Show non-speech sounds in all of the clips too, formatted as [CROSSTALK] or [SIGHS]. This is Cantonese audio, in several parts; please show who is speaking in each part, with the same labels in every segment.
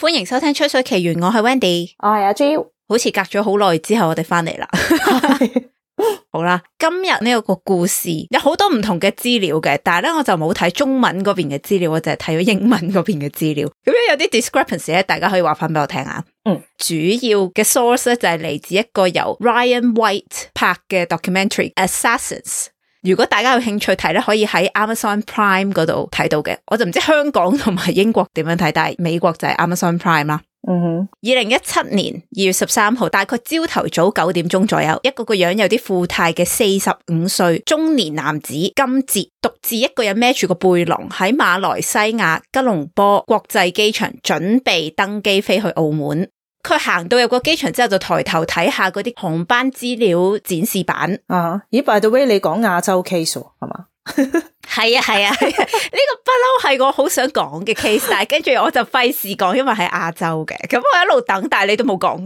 Speaker 1: 欢迎收听《吹水奇缘》，我系 Wendy，
Speaker 2: 我系阿 J，
Speaker 1: 好似隔咗好耐之后，我哋翻嚟啦。 [LAUGHS] 好啦，今日呢個故事有好多唔同嘅資料嘅，但系咧我就冇睇中文嗰邊嘅資料，我就係睇咗英文嗰邊嘅資料。咁樣有啲 discrepancy 咧，大家可以話翻俾我聽啊。
Speaker 2: 嗯，
Speaker 1: 主要嘅 source 咧就係嚟自一個由 Ryan White 拍嘅 documentary《Assassins》。如果大家有興趣睇咧，可以喺 Amazon Prime 嗰度睇到嘅。我就唔知香港同埋英國點樣睇，但係美國就係 Amazon Prime 啦。
Speaker 2: 嗯哼，
Speaker 1: 二零一七年二月十三號，大概朝頭早九點鐘左右，一個個樣有啲富態嘅四十五歲中年男子金哲，獨自一個人孭住個背囊喺馬來西亞吉隆坡國際機場準備登機飛去澳門。佢行到入個機場之後，就抬頭睇下嗰啲航班資料展示板。
Speaker 2: 啊，咦，by the way，你讲亚洲 case 喎系嘛？
Speaker 1: 係啊係啊，係啊 [LAUGHS] 呢、個不嬲係我好想講嘅 case，但係跟住我就費事講，因為係亞洲嘅。咁我一路等，但係你都冇講。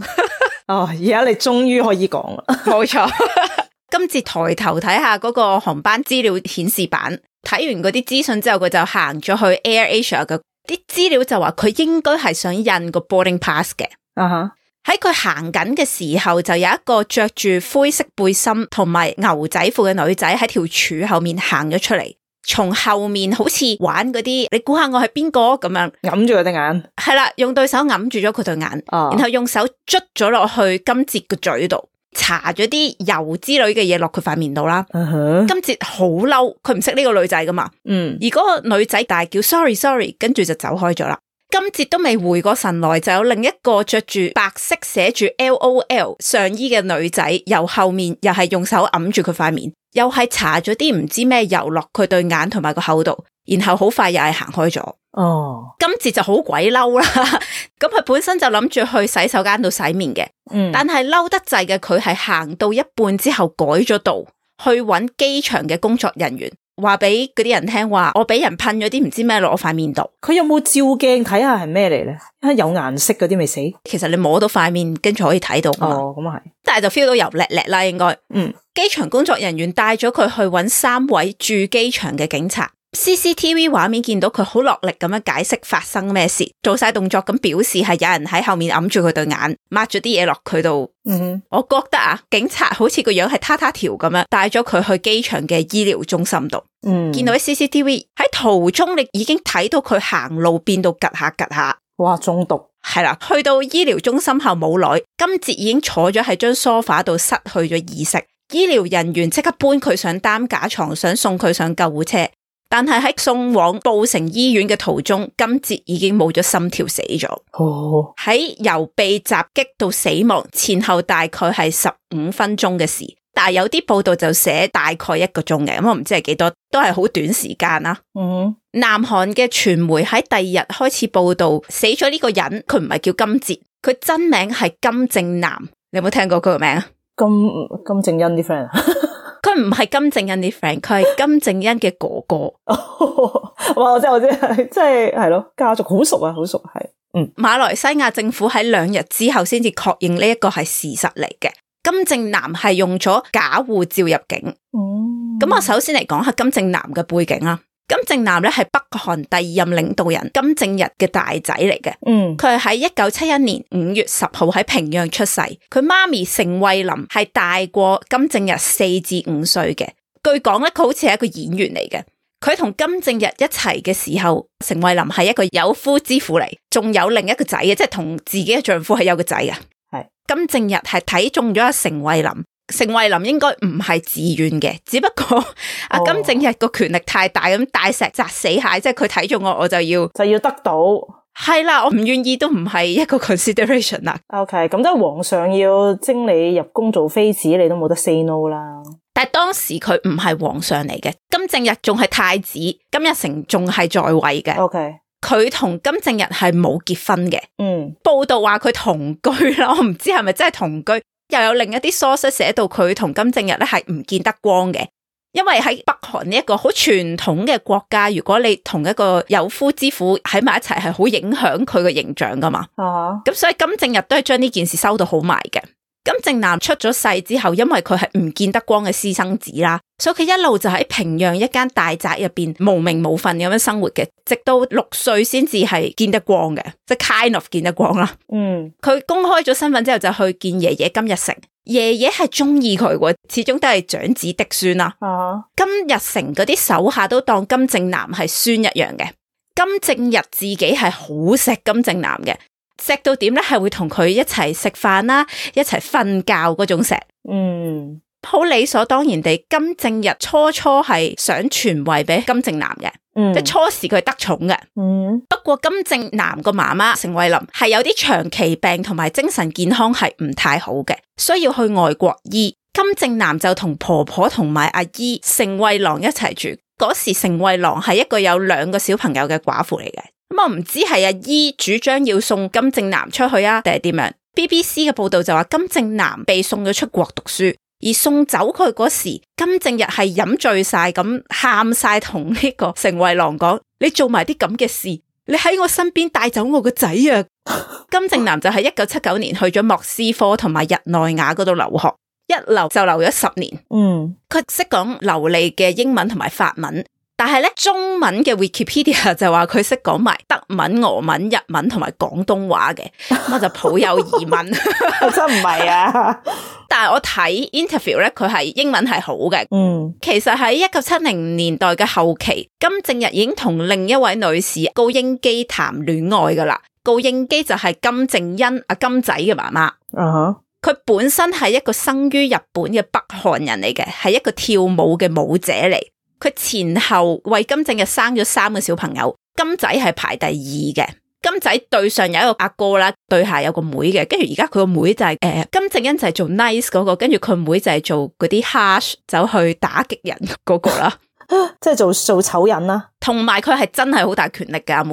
Speaker 2: 哦，而家你终于可以讲啦，
Speaker 1: 冇错。 [LAUGHS] 今次抬头睇下嗰个航班资料显示板，睇完嗰啲资讯之后，佢就行咗去 Air Asia 嘅啲资料就话佢应该系想印个 boarding pass 嘅。
Speaker 2: 啊哈，
Speaker 1: 喺佢行緊嘅時候，就有一個着住灰色背心同埋牛仔褲嘅女仔喺條柱後面行咗出嚟，從後面好似玩嗰啲，你估下我係邊個咁樣？
Speaker 2: 揞住佢隻眼，
Speaker 1: 係啦，用對手揞住咗佢對眼，
Speaker 2: 啊
Speaker 1: 然後用手捽咗落去金哲個嘴度，搽咗啲油之類嘅嘢落佢塊面度啦。
Speaker 2: 嗯哼，
Speaker 1: 金哲好嬲，佢唔識呢個女仔噶嘛，
Speaker 2: 嗯，
Speaker 1: 而嗰個女仔大叫 sorry sorry，跟住就走開咗啦。金哲都未回過神來，就有另一個着住白色寫住 L O L 上衣嘅女仔，由後面又係用手揞住佢塊面，又係搽咗啲唔知咩油落佢對眼同埋個口度，然後好快又係行開咗。
Speaker 2: 哦，
Speaker 1: 今次就好鬼嬲啦， [LAUGHS] 咁佢本身就諗住去洗手間度洗面嘅，
Speaker 2: 嗯，
Speaker 1: 但係嬲得滯嘅佢係行到一半之後改咗道，去揾機場嘅工作人員，話俾嗰啲人聽話，我俾人噴咗啲唔知咩落我塊面度。
Speaker 2: 佢有冇照鏡睇下係咩嚟咧？啊有顏色嗰啲未死？
Speaker 1: 其實你摸到塊面，跟住可以睇到嘛，
Speaker 2: 哦，咁啊係，
Speaker 1: 但係就 feel 到油叻叻啦，應該。
Speaker 2: 嗯，
Speaker 1: 機場工作人員帶咗佢去揾三位駐機場嘅警察。CCTV 畫面見到佢好落力咁樣解釋發生咩事，做晒動作咁表示係有人喺後面揞住佢對眼，抹咗啲嘢落佢度。
Speaker 2: 嗯哼，
Speaker 1: 我覺得啊，警察好似個樣係他他條咁樣，帶咗佢去機場嘅醫療中心度。
Speaker 2: 嗯，
Speaker 1: 見到啲 CCTV 喺途中，你已經睇到佢行路變到趌下趌下。
Speaker 2: 哇中毒，
Speaker 1: 係啦，去到醫療中心後冇耐，金哲已經坐咗喺張 sofa 度失去咗意識。醫療人員即刻搬佢上擔架床，想送佢上救護車。但係喺送往布城醫院嘅途中，金哲已經冇咗心跳死咗。
Speaker 2: 哦，
Speaker 1: 喺由被襲擊到死亡前後大概係十五分鐘嘅事，但係有啲報道就寫大概一個鐘嘅，咁我唔知係幾多，都係好短時間啦。
Speaker 2: 嗯哼，
Speaker 1: 南韓嘅傳媒喺第二日開始報導死咗呢個人，佢唔係叫金哲，佢真名係金正男。你有冇聽過佢個名啊？
Speaker 2: 金金正恩啲 friend 啊
Speaker 1: 佢唔係金正恩啲 friend，佢係金正恩嘅哥哥。 [LAUGHS]
Speaker 2: 哇！我真係我真係真係係咯，家族好熟啊，好熟係，
Speaker 1: 馬來西亞政府喺兩日之後先至確認呢一個係事實嚟嘅。金正男係用咗假護照入境。
Speaker 2: 嗯，
Speaker 1: 咁我首先嚟講下金正男嘅背景啦。金正男咧係北韓第二任領導人金正日嘅大仔嚟嘅。
Speaker 2: 嗯
Speaker 1: 佢係喺一九七一年五月十號喺平壤出世，佢媽咪成惠琳係大過金正日四至五歲嘅。據講咧，佢好似係一個演員嚟嘅。佢同金正日一齊嘅時候，成惠琳係一個有夫之婦嚟，仲有另一個仔嘅，即係同自己嘅丈夫係有個仔嘅。
Speaker 2: 係
Speaker 1: 金正日係睇中咗阿成惠琳，成惠琳應該唔係自願嘅，只不過 [LAUGHS] 阿金正日個權力太大，咁大石砸死蟹，即係佢睇中我，我就要
Speaker 2: 就要得到。
Speaker 1: 系啦，我唔愿意都唔系一个 [LAUGHS] consideration 啦。
Speaker 2: O.K. 咁都係皇上要徵你入宮做妃子，你都冇得 say no 啦。
Speaker 1: 但系当时佢唔系皇上嚟嘅，金正日仲系太子，金日成仲系在位嘅。
Speaker 2: O.K.
Speaker 1: 佢同金正日系冇结婚嘅。
Speaker 2: 嗯
Speaker 1: 報道話佢同居啦， [LAUGHS] 我唔知係咪真係同居。又有另一啲 source 寫到佢同金正日咧係唔見得光嘅，因為喺北韓呢一個好傳統嘅國家，如果你同一個有夫之婦喺埋一齊，係好影響佢嘅形象噶嘛。
Speaker 2: 啊哈，
Speaker 1: 咁所以金正日都係將呢件事收到好埋嘅。咁正男出咗世之後，因為佢係唔見得光嘅私生子啦，所以佢一路就喺平壤一間大宅入邊無名無份咁樣生活嘅，直到六歲先至係見得光嘅，即係 kind of 見得光啦。
Speaker 2: 嗯，
Speaker 1: 佢公開咗身份之後，就去見爺爺金日成。爺爺係中意佢喎，始終都係長子嫡孫啦。
Speaker 2: 啊，
Speaker 1: 金日成嗰啲手下都當金正男係孫一樣嘅。金正日自己係好錫金正男嘅，錫到點咧係會同佢一齊食飯啦，一齊瞓覺嗰種錫。
Speaker 2: 嗯，
Speaker 1: 好理所當然地，金正日初初係想傳位俾金正男嘅，
Speaker 2: 嗯，
Speaker 1: 即係初時佢係得寵嘅。
Speaker 2: 嗯，
Speaker 1: 不過金正男個媽媽成慧琳係有啲長期病同埋精神健康係唔太好嘅，需要去外國醫。金正男就同婆婆同埋阿姨成慧郎一齊住。嗰時成慧郎係一個有兩個小朋友嘅寡婦嚟嘅。咁我唔知係阿姨主張要送金正男出去啊，定係點樣？BBC 嘅報道就話金正男被送咗出國讀書。而送走佢嗰時，金正日係飲醉晒咁，喊晒同呢個成慧郎講：你做埋啲咁嘅事，你喺我身邊帶走我個仔啊！金正男就喺一九七九年去咗莫斯科同埋日內瓦嗰度留學，一留就留咗十年。 [LAUGHS]
Speaker 2: 嗯，
Speaker 1: 佢識講流利嘅英文同埋法文，但係咧中文嘅 Wikipedia 就話佢識講埋德文、俄文、日文同埋廣東話嘅，咁我就抱有疑問。
Speaker 2: 真唔係啊，
Speaker 1: 但係我睇 interview 咧，佢係英文係好嘅。
Speaker 2: [LAUGHS] 嗯，
Speaker 1: 其實喺一九七零年代嘅後期，金正日已經同另一位女士高英基談戀愛噶啦。高英基就係金正恩阿金仔嘅媽媽。
Speaker 2: 啊哈，
Speaker 1: 佢本身係一個生於日本嘅北韓人嚟嘅，係一個跳舞嘅舞者嚟。佢前後為金正日生咗三個小朋友，金仔係排第二嘅。金仔對上有一個阿哥啦，對下有個妹嘅，跟住而家佢個妹就係、呃金正恩就係做 nice 嗰、個，跟住佢妹就係做嗰啲 harsh 走去打擊人嗰個 [LAUGHS] 啦。
Speaker 2: 即係做做醜人啦，
Speaker 1: 同埋佢係真係好大權力嘅阿妹，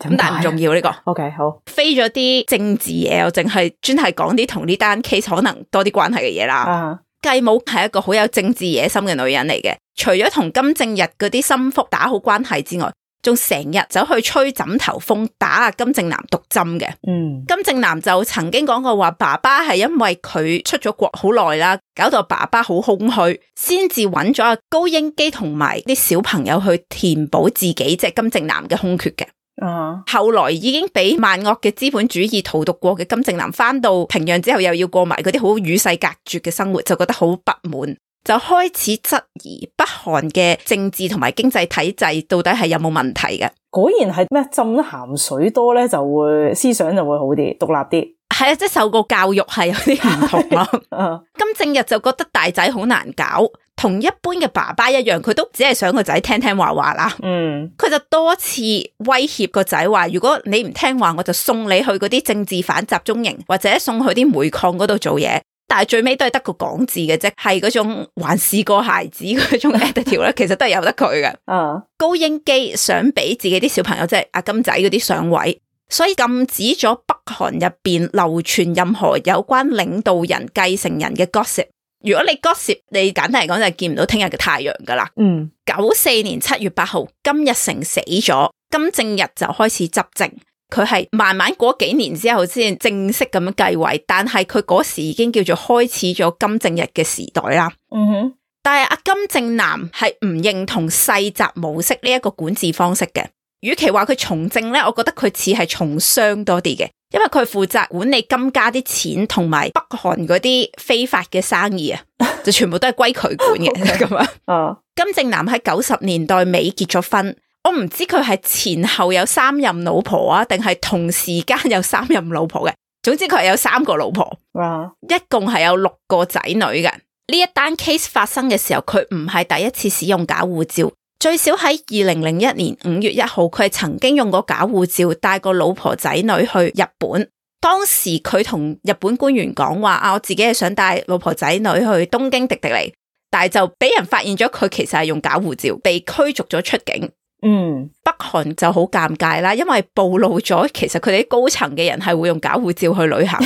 Speaker 1: 咁但係唔重要
Speaker 2: 要。
Speaker 1: 呢、個。
Speaker 2: OK，好，
Speaker 1: 飛咗啲政治嘢，我淨係專係講啲同呢單 case 可能多啲關係嘅嘢啦。
Speaker 2: 啊，
Speaker 1: 繼母係一個好有政治野心嘅女人嚟嘅，除咗同金正日嗰啲心腹打好關係之外，仲成日走去吹枕頭風，打阿金正男毒針嘅。
Speaker 2: 嗯，
Speaker 1: 金正男就曾經講過話，爸爸係因為佢出咗國好耐啦，搞到爸爸好空虛，先至揾咗阿高英基同埋啲小朋友去填補自己即係金正男嘅空缺嘅。
Speaker 2: 啊，
Speaker 1: 後來已經俾萬惡嘅資本主義荼毒過嘅金正男翻到平壤之後，又要過埋嗰啲好與世隔絕嘅生活，就覺得好不滿，就開始質疑北韓嘅政治同埋經濟體制到底係有冇問題嘅。
Speaker 2: 果然係咩浸鹹水多咧，就會思想就會好啲，獨立
Speaker 1: 係啊，即係受過教育係有啲唔同咯。
Speaker 2: 啲，啊，
Speaker 1: 金正日就覺得大仔好難搞，同一般嘅爸爸一樣，佢都只係想個仔聽聽話話啦。
Speaker 2: 嗯，
Speaker 1: 佢就多次威脅個仔話：如果你唔聽話，我就送你去嗰啲政治犯集中營，或者送去啲煤礦嗰度做嘢。但係最尾都係得個講字嘅啫，係嗰種還是個孩子嗰種 attitude 咧，其實都係由得佢嘅。
Speaker 2: 啊，
Speaker 1: 高英基想俾自己啲小朋友，即係阿金仔嗰啲上位，所以禁止咗北韓入邊流傳任何有關領導人繼承人嘅 gossip。如果你 gossip，你簡單嚟講就係見唔到聽日嘅太陽噶啦。
Speaker 2: 嗯，
Speaker 1: 九四年七月八號，金日成死咗，金正日就開始執政。佢係慢慢過幾年之後先正式咁樣繼位，但係佢嗰時已經叫做開始咗金正日嘅時代啦。
Speaker 2: 嗯哼，
Speaker 1: 但係阿金正男係唔認同世襲模式呢一個管治方式嘅。與其話佢從政咧，我覺得佢似係從商多啲嘅，因為佢負責管理金家啲錢同埋北韓嗰啲非法嘅生意啊， [LAUGHS] 就全部都係歸佢管嘅咁啊。
Speaker 2: 啊，
Speaker 1: 金正男喺九十年代尾結咗婚，我唔知佢係前後有三任老婆啊，定係同時間有三任老婆嘅。總之佢係有三個老婆，
Speaker 2: 啊，
Speaker 1: 一共係有六個仔女嘅。呢一單 case 發生嘅時候，佢唔係第一次使用假護照，最少喺二零零一年五月一號，佢係曾經用過假護照帶個老婆仔女去日本。當時佢同日本官員講話啊，我自己係想帶老婆仔女去東京迪迪尼，但係就俾人發現咗佢其實係用假護照，被驅逐咗出境。
Speaker 2: 嗯，
Speaker 1: 北韓就好尷尬啦，因為暴露咗其實佢哋啲高層嘅人係會用假護照去旅行，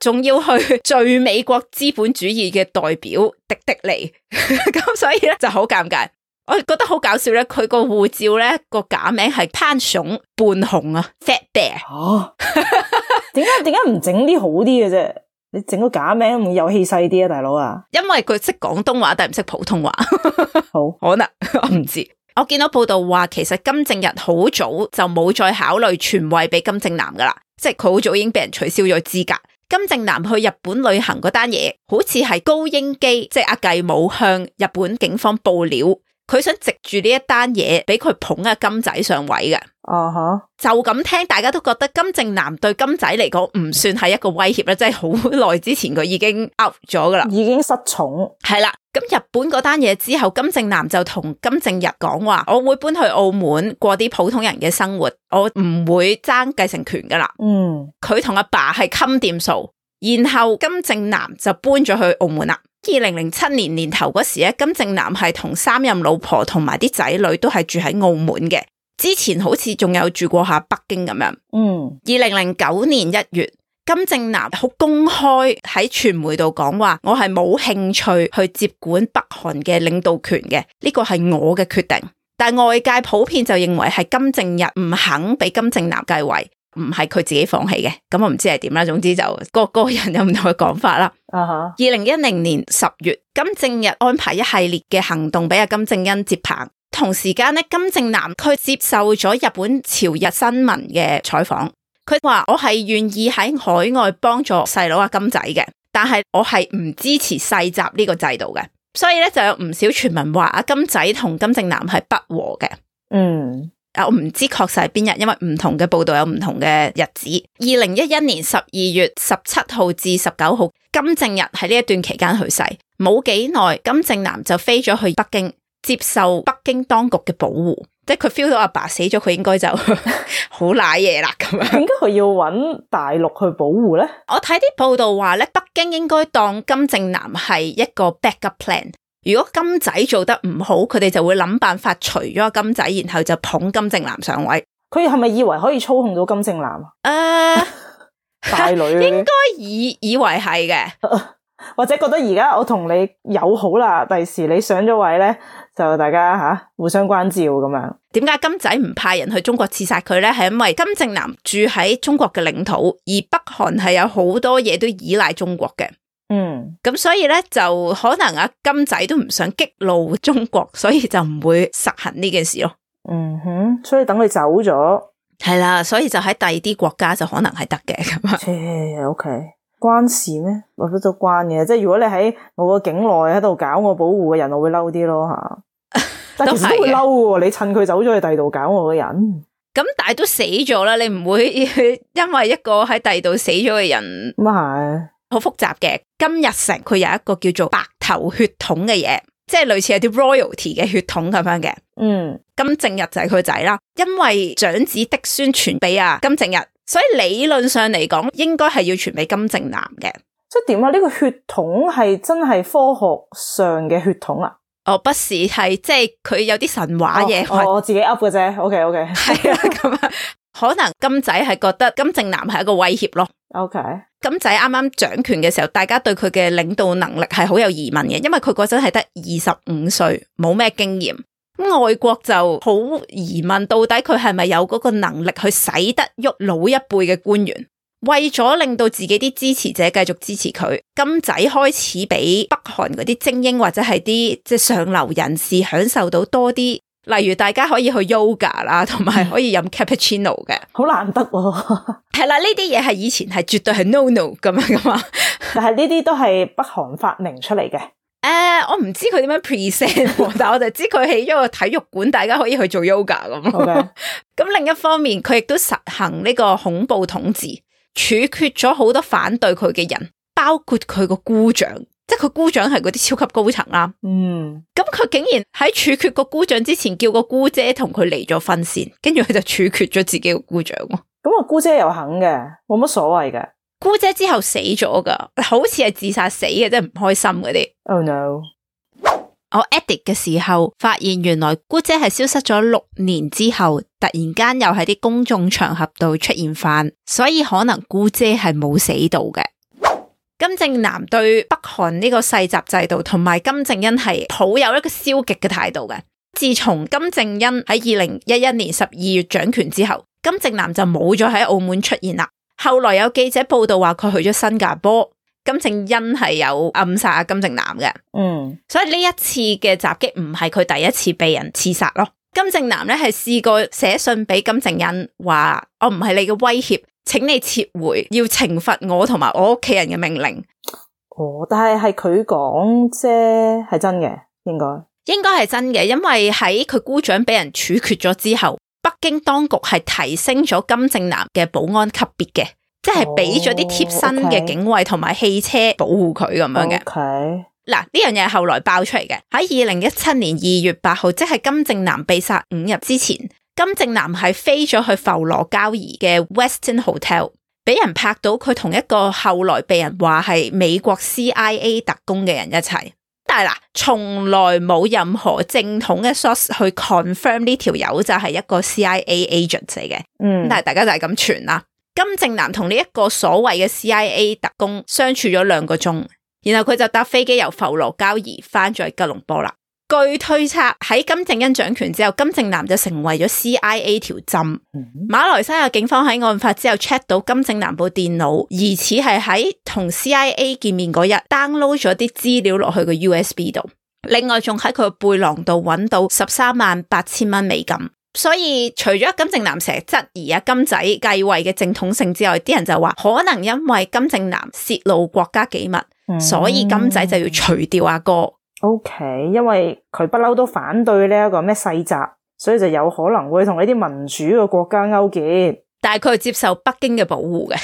Speaker 1: 仲要去最美國資本主義嘅代表迪迪尼， [LAUGHS] 咁所以咧就好尷尬。我覺得好搞笑咧，佢個護照咧個假名係潘熊半熊啊，Fat
Speaker 2: [LAUGHS]
Speaker 1: Bear。
Speaker 2: 啊，點解點解唔整啲好啲嘅啫？你整個假名會有氣勢啲啊，大佬
Speaker 1: [LAUGHS]
Speaker 2: 啊！
Speaker 1: 因為佢識廣東話，但係唔識普通話，
Speaker 2: 好，
Speaker 1: 可能 [LAUGHS] 我唔知。我見到報道話，其實金正日好早就冇再考慮傳位俾金正男噶啦，即係佢好早已經俾人取消咗資格。金正男去日本旅行嗰單嘢，好似係高英基，即係阿繼母向日本警方報料，佢想藉住呢一單嘢俾佢捧阿金仔上位嘅。
Speaker 2: 啊哈，
Speaker 1: 就咁聽，大家都覺得金正男對金仔嚟講唔算係一個威脅啦，即係好耐之前佢已經 out 咗噶啦。
Speaker 2: 已經失寵，
Speaker 1: 係啦，咁日本嗰單嘢之後，金正男就同金正日講話，我會搬去澳門過啲普通人嘅生活，我唔會爭繼承權噶啦。
Speaker 2: 嗯，
Speaker 1: 佢同阿爸係冚掂數，然後金正男就搬咗去澳門啦。二零零七年年頭嗰時咧，金正男係同三任老婆同埋啲仔女都係住喺澳門嘅，之前好似仲有住過下北京咁樣。
Speaker 2: 嗯，
Speaker 1: 二零零九年一月，金正男好公開喺傳媒度講話，我係冇興趣去接管北韓嘅領導權嘅，呢個係我嘅決定。但外界普遍就認為係金正日唔肯俾金正男繼位，唔係佢自己放棄嘅。咁我唔知係點啦，總之就個個人有唔同嘅講法啦。
Speaker 2: 啊哈，
Speaker 1: 二零一零年十月，金正日安排一系列嘅行動俾阿金正恩接棒。同時間咧，金正男佢接受咗日本朝日新聞嘅採訪，佢話我係願意喺海外幫助細佬阿金仔嘅，但係我係唔支持世襲呢個制度嘅。所以咧就有唔少傳聞話阿金仔同金正男係不和嘅。
Speaker 2: 嗯，
Speaker 1: 啊，我唔知確實係邊日，因為唔同嘅報道有唔同嘅日子。二零一一年十二月十七號至十九號，金正日喺呢一段期間去世。冇幾耐，金正男就飛咗去北京，接受北京當局嘅保護。即係佢 feel 到阿爸死咗，佢應該就 [LAUGHS] 好賴嘢啦咁樣。
Speaker 2: 點解佢要揾大陸去保護咧？
Speaker 1: 我睇啲報道話咧，北京應該當金正男係一個 backup plan。如果金仔做得唔好，佢哋就會諗辦法除咗金仔，然後就捧金正男上位。呃
Speaker 2: 佢係咪以為可以操控到金正男
Speaker 1: [LAUGHS]
Speaker 2: 啊
Speaker 1: 誒、
Speaker 2: 大女嗰啲
Speaker 1: 應以以為係嘅，
Speaker 2: 或者覺得而家我同你友好啦，第時你上咗位咧，就大家吓、互相關照咁樣。
Speaker 1: 點解金仔唔派人去中國刺殺佢呢？係因為金正男住喺中國嘅領土，而北韓係有好多嘢都依賴中國嘅，
Speaker 2: 嗯，
Speaker 1: 咁所以呢，就可能阿金仔都唔想激怒中國，所以就唔會實行呢件事咯。
Speaker 2: 嗯哼，所以等佢走咗，
Speaker 1: 係啦，所以就喺第二啲國家就可能係得嘅咁啊。
Speaker 2: 切，OK，關事咩？我覺得都關嘅，即係如果你喺我個境內喺度搞我保護嘅人，我會嬲啲咯吓。但其實都會嬲喎，你趁佢走咗去第二度搞我嘅人，
Speaker 1: 咁但係都死咗啦，你唔會 [LAUGHS] 因為一個喺第二度死咗嘅人
Speaker 2: 咁啊
Speaker 1: 好複雜嘅。金日成佢有一個叫做白頭血統嘅嘢，即係類似係啲 royalty 嘅血統咁樣嘅。
Speaker 2: 係，嗯
Speaker 1: 金正日就係佢仔啦，因為長子嫡孫傳俾啊金正日，所以理論上嚟講，應該係要傳俾金正男嘅。
Speaker 2: 即係點啊？呢個血統係真係科學上嘅血統啊！
Speaker 1: 哦，不是係即係佢有啲神話嘢，
Speaker 2: 我、我我哦自己噏嘅啫。OK OK
Speaker 1: 係啦咁啊，可能金仔係覺得金正男係一個威脅咯。
Speaker 2: OK，
Speaker 1: 金仔啱啱掌權嘅時候，大家對佢嘅領導能力係好有疑問嘅，因為佢嗰陣係得二十五歲，冇咩經驗。咁外國就好疑問，到底佢係咪有嗰個能力去使得喐老一輩嘅官員？為咗令到自己啲支持者繼續支持佢，金仔開始俾北韓嗰啲精英或者係啲即係上流人士享受到多啲，例如大家可以去 yoga 啦，同埋可以飲 cappuccino 嘅。
Speaker 2: 好難得喎、 [LAUGHS]
Speaker 1: 係啦，呢啲嘢係以前係絕對係 no no 咁樣噶嘛。
Speaker 2: 但係呢啲都係北韓發明出嚟嘅。
Speaker 1: 誒、呃我唔知佢點樣 present，喎但我就知佢起咗個體育館，大家可以去做 yoga 咁咯。
Speaker 2: OK，
Speaker 1: 咁另一方面，佢亦都實行呢個恐怖統治，處決咗好多反對佢嘅人，包括佢個姑丈，即係佢姑丈係嗰啲超級高層啦。
Speaker 2: 嗯，
Speaker 1: 咁佢竟然喺處決個姑丈之前，叫個姑姐同佢離咗婚先，跟住佢就處決咗自己個姑丈喎。
Speaker 2: 咁啊我姑姐又肯嘅，冇乜所謂嘅。
Speaker 1: 姑姐之後死咗噶，好似係自殺死嘅，即係唔開心嗰啲。
Speaker 2: Oh no！
Speaker 1: 我 edit 嘅時候，發現原來姑姐係消失咗六年之後，突然間又喺啲公眾場合度出現翻，所以可能姑姐係冇死到嘅。金正男對北韓呢個世襲制度同埋金正恩係抱有一個消極嘅態度嘅。自從金正恩喺二零一一年十二月掌權之後，金正男就冇再喺澳門出現啦。後來有記者報道話佢去咗新加坡。金正恩係有暗殺金正男嘅，
Speaker 2: 嗯，
Speaker 1: 所以呢一次嘅襲擊唔係佢第一次被人刺殺咯。金正男咧係試過寫信俾金正恩話：我唔係你嘅威脅，請你撤回，要懲罰我同埋我屋企人嘅命令。
Speaker 2: 哦，但係係佢講啫，係真嘅，應該。
Speaker 1: 應該係真嘅，因為喺佢姑丈俾人處決咗之後，北京當局係提升咗金正男嘅保安級別嘅，即係俾咗啲貼身
Speaker 2: 哦
Speaker 1: 嘅
Speaker 2: ，OK
Speaker 1: 警衛同埋汽車保護佢咁樣嘅。
Speaker 2: 嘅。
Speaker 1: 嗱，呢樣嘢係後來爆出嚟嘅。喺二零一七年二月八號，即係金正男被殺五日之前，金正男係飛咗去浮羅交怡嘅 Western Hotel，俾人拍到佢同一個後來被人話係美國 CIA 特工嘅人一齊。但係嗱，從來冇任何正統嘅 source 去 confirm 呢條友就係一個 CIA agent 嚟嘅。
Speaker 2: 嗯
Speaker 1: 咁，但係大家就係咁傳啦。金正男同呢一個所謂嘅 CIA 特工相處咗兩個鐘，然後佢就搭飛機由浮羅交怡翻咗去吉隆坡啦。據推測，喺金正恩掌權之後，金正男就成為咗 CIA 條針。
Speaker 2: 嗯
Speaker 1: 馬來西亞警方喺案發之後 check 到金正男部電腦，疑似係喺同 CIA 見面嗰日 download 咗啲資料落去個 USB 度。另外仲喺佢個背囊度揾到十三萬八千蚊美金。所以除咗金正男成日質疑啊金仔繼位嘅正統性之外，啲人就話可能因為金正男泄露國家機密，
Speaker 2: 嗯
Speaker 1: 所以金仔就要除掉阿哥。
Speaker 2: O K，因為佢不嬲都反對呢一個咩世襲，所以就有可能會同呢啲民主嘅國家勾結。
Speaker 1: 但係佢係接受北京嘅保護嘅，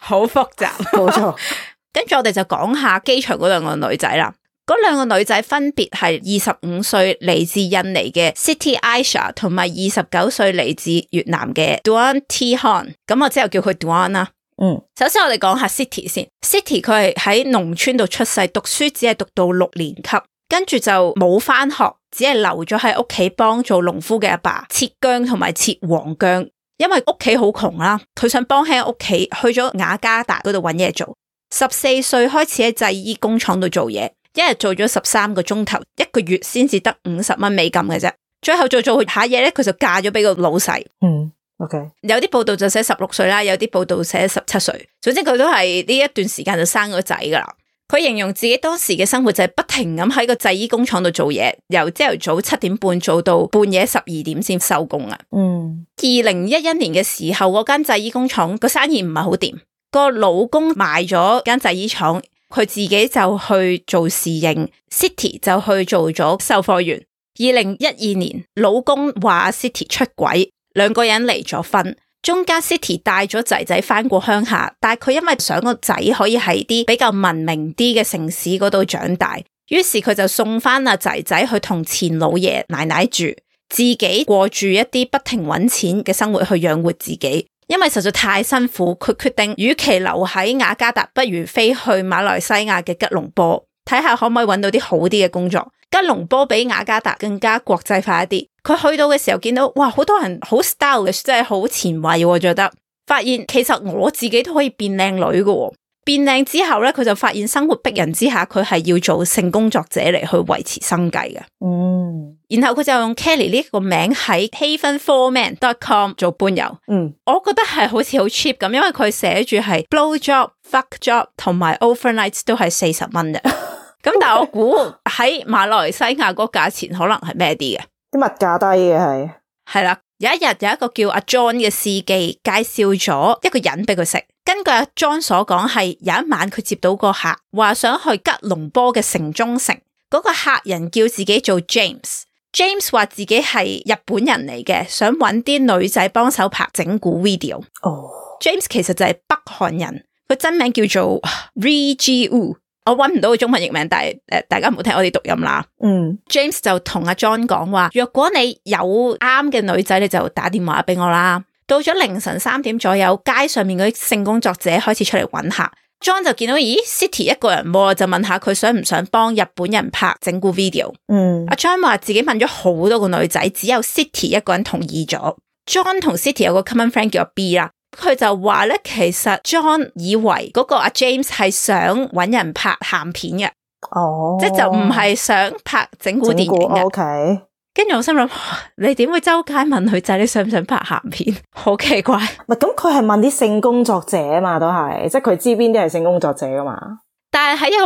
Speaker 1: 好複雜。
Speaker 2: 冇錯，
Speaker 1: [LAUGHS] 跟住我哋就講下機場嗰兩個女仔啦。嗰兩個女仔分別係二十五歲嚟自印尼嘅 Siti Aisyah 同埋二十九歲嚟自越南嘅 Duan T Han。咁我之後叫佢 Duan 啦。
Speaker 2: 嗯，
Speaker 1: 首先我哋講下 Siti 先。Siti 佢係喺農村度出世，讀書只係讀到六年級，跟住就冇返學，只係留咗喺屋企幫做農夫嘅阿爸切薑同埋切黃薑。因為屋企好窮啦，佢想幫輕屋企，去咗雅加達嗰度揾嘢做。十四歲開始喺製衣工廠度做嘢，一日做咗十三個鐘頭，一個月先至得五十蚊美金嘅啫。最後做做下嘢咧，佢就嫁咗俾個老細。
Speaker 2: 嗯，O K，
Speaker 1: 有啲報道就寫十六歲啦，有啲報道寫十七歲。總之佢都係呢一段時間就生咗仔噶啦。佢形容自己當時嘅生活就係不停咁喺個製衣工廠度做嘢，由朝頭早七點半做到半夜十二點先收工啊。
Speaker 2: 嗯，
Speaker 1: 二零一一年嘅時候，嗰間製衣工廠個生意唔係好掂，個老公賣咗間製衣廠，佢自己就去做侍應，City 就去做咗售貨員。二零一二年，老公話 City 出軌，兩個人離咗婚。中間 City 帶咗仔仔翻過鄉下，但係佢因為想個仔可以喺啲比較文明啲嘅城市嗰度長大，於是佢就送翻阿仔仔去同前老爺奶奶住。自己過住一啲不停揾錢嘅生活去養活自己，因為實在太辛苦，佢決定與其留喺雅加達，不如飛去馬來西亞嘅吉隆坡，睇下可唔可以揾到啲好啲嘅工作。吉隆坡比雅加達更加國際化一啲。佢去到嘅時候見到，哇，好多人好 stylish，真係好前衛喎，我覺得。發現其實我自己都可以變靚女㗎喎。變靚之後咧，佢就發現生活逼人之下，佢係要做性工作者嚟去維持生計嘅。
Speaker 2: 嗯，
Speaker 1: 然後佢就用 Kelly 呢一個名喺 havenforman.com 做伴遊，
Speaker 2: 嗯，
Speaker 1: 我覺得係好似好 cheap 咁，因為佢寫住係 blow job、fuck job 同埋 overnight 都係四十蚊嘅。咁但係我估喺馬來西亞嗰個價錢可能係咩啲嘅？
Speaker 2: 啲物價低嘅係，
Speaker 1: 係啦，有一日有一個叫阿 John 嘅司機介紹咗一個人俾佢識。根據阿 John 所講，係有一晚佢接到個客話想去吉隆坡嘅城中城，嗰、個客人叫自己做 James。James 話自己係日本人嚟嘅，想揾啲女仔幫手拍整蠱 video。
Speaker 2: 哦，
Speaker 1: James 其實就係北韓人，佢真名叫做 Ri Ji Woo。我揾唔到佢中文譯名，但係誒大家唔好聽我哋讀音啦。
Speaker 2: 嗯，
Speaker 1: James 就同阿 John 講話，若果你有啱嘅女仔，你就打電話俾我啦。到咗凌晨三點左右，街上面嗰啲性工作者開始出嚟揾客。John 就見到，咦，City 一個人喎，就問下佢想唔想幫日本人拍整蠱 video。
Speaker 2: 嗯
Speaker 1: 阿，John 話自己問咗好多個女仔，只有 City 一個人同意咗。John 同 City 有個 common friend 叫阿 B 啦，佢就話咧，其實 John 以為嗰個阿 James 係想揾人拍鹹片嘅，
Speaker 2: 哦，
Speaker 1: 即係就唔係想拍整蠱電影嘅。
Speaker 2: O K，
Speaker 1: 跟住我心諗， [SIGHS] 哇你點會周街問女仔你想唔想拍鹹片？ [LAUGHS] 好奇怪。
Speaker 2: 唔係咁，佢係問啲性工作者嘛，都係，即係佢知邊啲係性工作者噶嘛。
Speaker 1: 但係喺一個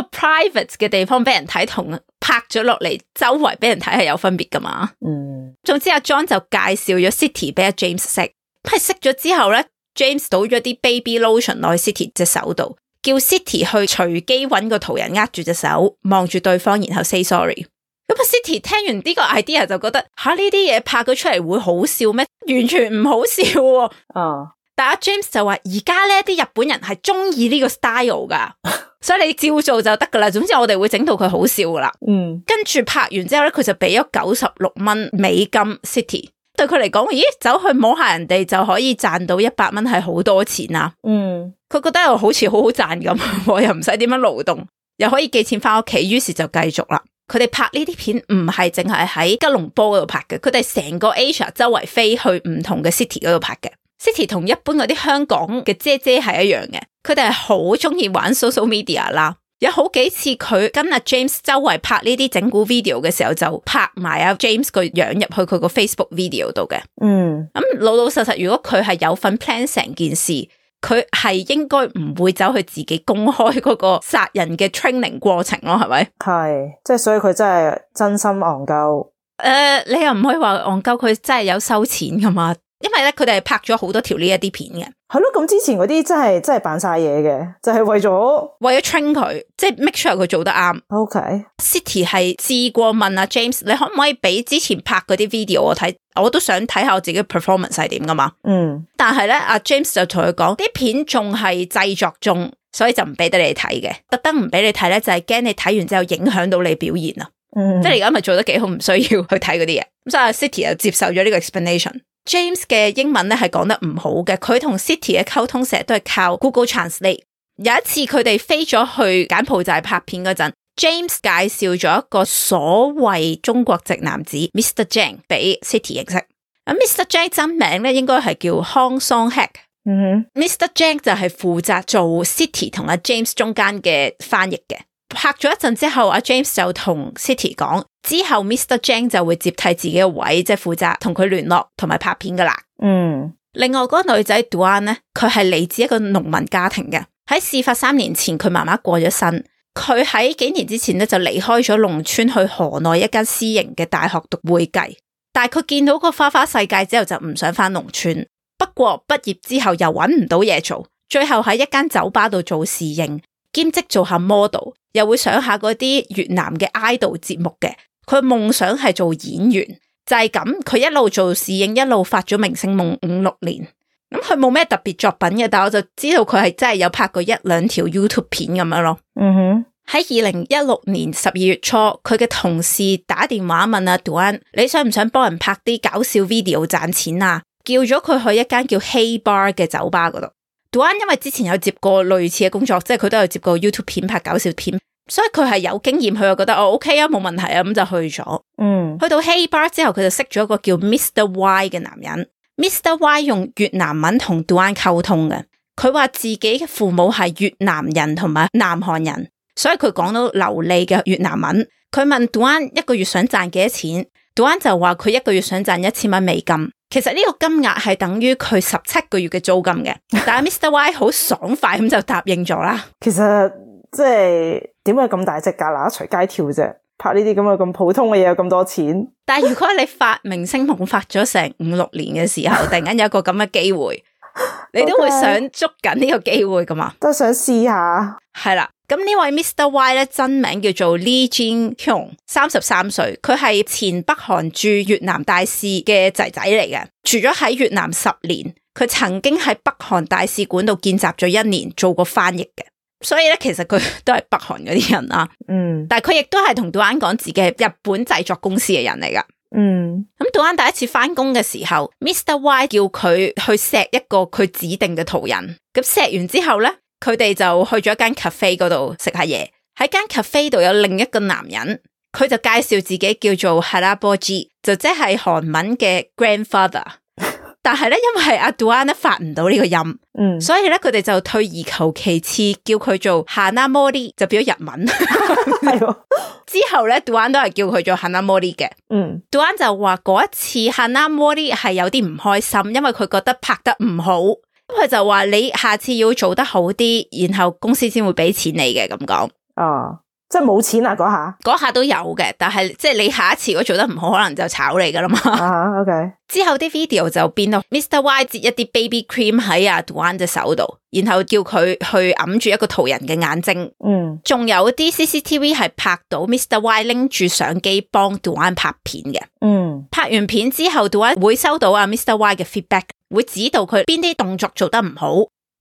Speaker 1: private 嘅地方俾人睇，同啊拍咗落嚟周圍俾人睇係有分別噶嘛。
Speaker 2: 嗯，
Speaker 1: 總之阿 John 就介紹咗 City 俾阿 James 識，係識咗之後咧，James 倒咗啲 baby lotion 落去 City 隻手度，叫 City 去隨機揾個途人握住隻手，望住對方，然後 say sorry。咁啊，City 聽完呢個 idea 就覺得吓呢啲嘢拍咗出嚟會好笑咩？完全唔好笑喎、
Speaker 2: 啊，
Speaker 1: 但阿 James 就話而家咧啲日本人係中意呢個 style 噶，所以你照做就得噶啦。總之我哋會整到佢好笑噶啦。
Speaker 2: 嗯，
Speaker 1: 跟住拍完之後咧，佢就俾咗九十六蚊美金 City。對佢嚟講，咦，走去摸下人哋就可以賺到一百蚊，係好多錢啊！
Speaker 2: 嗯，
Speaker 1: 佢覺得又好似好好賺咁 [LAUGHS] 喎，又唔使點樣勞動，又可以寄錢翻屋企，於是就繼續啦。佢哋拍呢啲片唔係淨係喺吉隆坡嗰度拍嘅，佢哋成個 Asia 周圍飛去唔同嘅 city 嗰度拍嘅。city 同一般嗰啲香港嘅姐姐係一樣嘅，佢哋係好中意玩 social media 啦。有好幾次佢跟阿 James 周圍拍呢啲整蠱 video 嘅時候，就拍埋阿 James 個樣入去佢個 Facebook video 度嘅。
Speaker 2: 嗯，
Speaker 1: 咁老老實實，如果佢係有份 plan 成件事，佢係應該唔會走去自己公開嗰個殺人嘅 training 過程咯，係咪？
Speaker 2: 係，即係所以佢真係真心戇鳩。
Speaker 1: 诶、你又唔可以話戇鳩，佢真係有收錢噶嘛？因為咧，佢哋係拍咗好多條呢一啲片嘅，
Speaker 2: 係咯，咁之前嗰啲真係真係扮晒嘢嘅，就係為咗哦
Speaker 1: 為咗 train 佢，即係 make sure 佢做得啱。
Speaker 2: OK，
Speaker 1: City 係試過問阿 James，你可唔可以俾之前拍嗰啲 video 我睇？我都想睇下我自己 performance 係點噶嘛。
Speaker 2: 嗯，
Speaker 1: 但係咧，阿 James 就同佢講，啲片仲係製作中，所以就唔俾得你睇嘅。特登唔俾你睇咧，就係驚你睇完之後影響到你表現啊。
Speaker 2: 嗯，
Speaker 1: 即係你而家咪做得幾好，唔需要去睇嗰啲嘢。咁所以阿 City 就接受咗呢個 explanation。James 嘅英文咧係講得唔好嘅，佢同 City 嘅溝通成日都係靠 Google Translate。有一次佢哋飛咗去柬埔寨拍片嗰陣，James 介紹咗一個所謂中國籍男子 Mr. Jang 俾 City 認識。咁 Mr. Jang 真名咧應該係叫康桑 Hack。
Speaker 2: 嗯
Speaker 1: Mr. Jang 就係負責做 City 同阿 James 中間嘅翻譯嘅。拍咗一陣之後，阿 James 就同 City 講，之後 Mr. Jang 就會接替自己嘅位，即係負責同佢聯絡同埋拍片噶啦。
Speaker 2: 哼，嗯，
Speaker 1: 另外嗰個女仔 Duan 咧，佢係嚟自一個農民家庭嘅。喺事發三年前，佢媽媽過咗身。佢喺幾年之前咧就離開咗農村去河內一間私營嘅大學讀會計。但係佢見到個花花世界之後，就唔想翻農村。不過畢業之後又揾唔到嘢做，最後喺一間酒吧度做侍應，兼職做下 model，又會上下嗰啲越南嘅 idol 節目嘅。佢夢想係做演員。就係咁，佢一路做侍應，一路發咗明星夢五六年。咁佢冇咩特別作品嘅，但我就知道佢係真係有拍過一兩條 YouTube 片咁樣咯。
Speaker 2: 嗯哼，
Speaker 1: 喺二零一六年十二月初，佢嘅同事打電話問阿 Duan：你想唔想幫人拍啲搞笑 video 賺錢啊？叫咗佢去一間叫 Hey Bar 嘅酒吧嗰度。Duan 因為之前有接過類似嘅工作，即係佢都有接過 YouTube 片拍搞笑片，所以佢係有經驗，佢就覺得哦 OK 啊，冇問題啊，咁就去咗。
Speaker 2: 嗯，
Speaker 1: 去到 Hey Bar 之後，佢就識咗一個叫 Mr Y 嘅男人。Mr Y 用越南文同 Duan 溝通嘅，佢話自己嘅父母係越南人同埋南韓人，所以佢講到流利嘅越南文。佢問 Duan 一個月想賺幾多錢，Duan 就話佢一個月想賺一千蚊美金。其實呢個金額係等於佢十七個月嘅租金嘅，但係 Mr Y 好爽快咁就答應咗啦。
Speaker 2: 其實即係點解咁大隻蛤乸隨街跳啫？拍呢啲咁嘅咁普通嘅嘢有咁多錢，
Speaker 1: 但系如果你發明星夢發咗成五六年嘅時候，突然間有一個咁嘅機會，你都會
Speaker 2: Okay
Speaker 1: 想捉緊呢個機會噶嘛？
Speaker 2: 都想試下。
Speaker 1: 係啦，咁呢位 Mr. Y 咧真名叫做 Lee Jin Hyung，三十三歲，佢係前北韓駐越南大使嘅仔仔嚟嘅，住咗喺越南十年，佢曾經喺北韓大使館度見習咗一年，做過翻譯嘅。所以咧，其實佢都係北韓嗰啲人啦，
Speaker 2: 嗯
Speaker 1: 但係佢亦都係同杜安講自己係日本製作公司嘅人嚟噶。
Speaker 2: 嗯
Speaker 1: 咁杜安第一次翻工嘅時候，Mr. Y 叫佢去錫一個佢指定嘅途人。咁錫完之後咧，佢哋就去咗一間 cafe 嗰度食下嘢。喺間 cafe 度有另一個男人，佢就介紹自己叫做 Haraboji，就即係韓文嘅 grandfather。但係咧，因為阿杜安咧發唔到呢個音， [LAUGHS]
Speaker 2: 嗯，
Speaker 1: 所以咧佢哋就退而求其次，叫佢做 Hanamori，就變咗日文。
Speaker 2: 係喎，
Speaker 1: 之後咧，Duan 都係叫佢做 Hanamori 嘅。
Speaker 2: 嗯，
Speaker 1: Duan 就話嗰一次 Hanamori 係有啲唔開心，因為佢覺得拍得唔好。咁佢就話你下次要做得好啲，然後公司先會俾錢你嘅咁講。
Speaker 2: 啊，即系冇錢啊嗰
Speaker 1: [LAUGHS]
Speaker 2: 下
Speaker 1: 嗰下都有嘅，但係即係你下一次如果做得唔好，可能就炒你噶啦嘛。
Speaker 2: 啊，OK，
Speaker 1: [LAUGHS] 之後啲 video 就變到 Mr Y 接一啲 baby cream 喺阿 Duan 隻手度，然後叫佢去揞住一個途人嘅眼睛。
Speaker 2: 嗯，
Speaker 1: 仲有啲 CCTV 係拍到 Mr Y 拎住相機幫 Duan 拍片嘅。
Speaker 2: 嗯，
Speaker 1: 拍完片之後 d u a n 會收到阿 Mr Y 嘅 feedback，會指導佢邊啲動作做得唔好。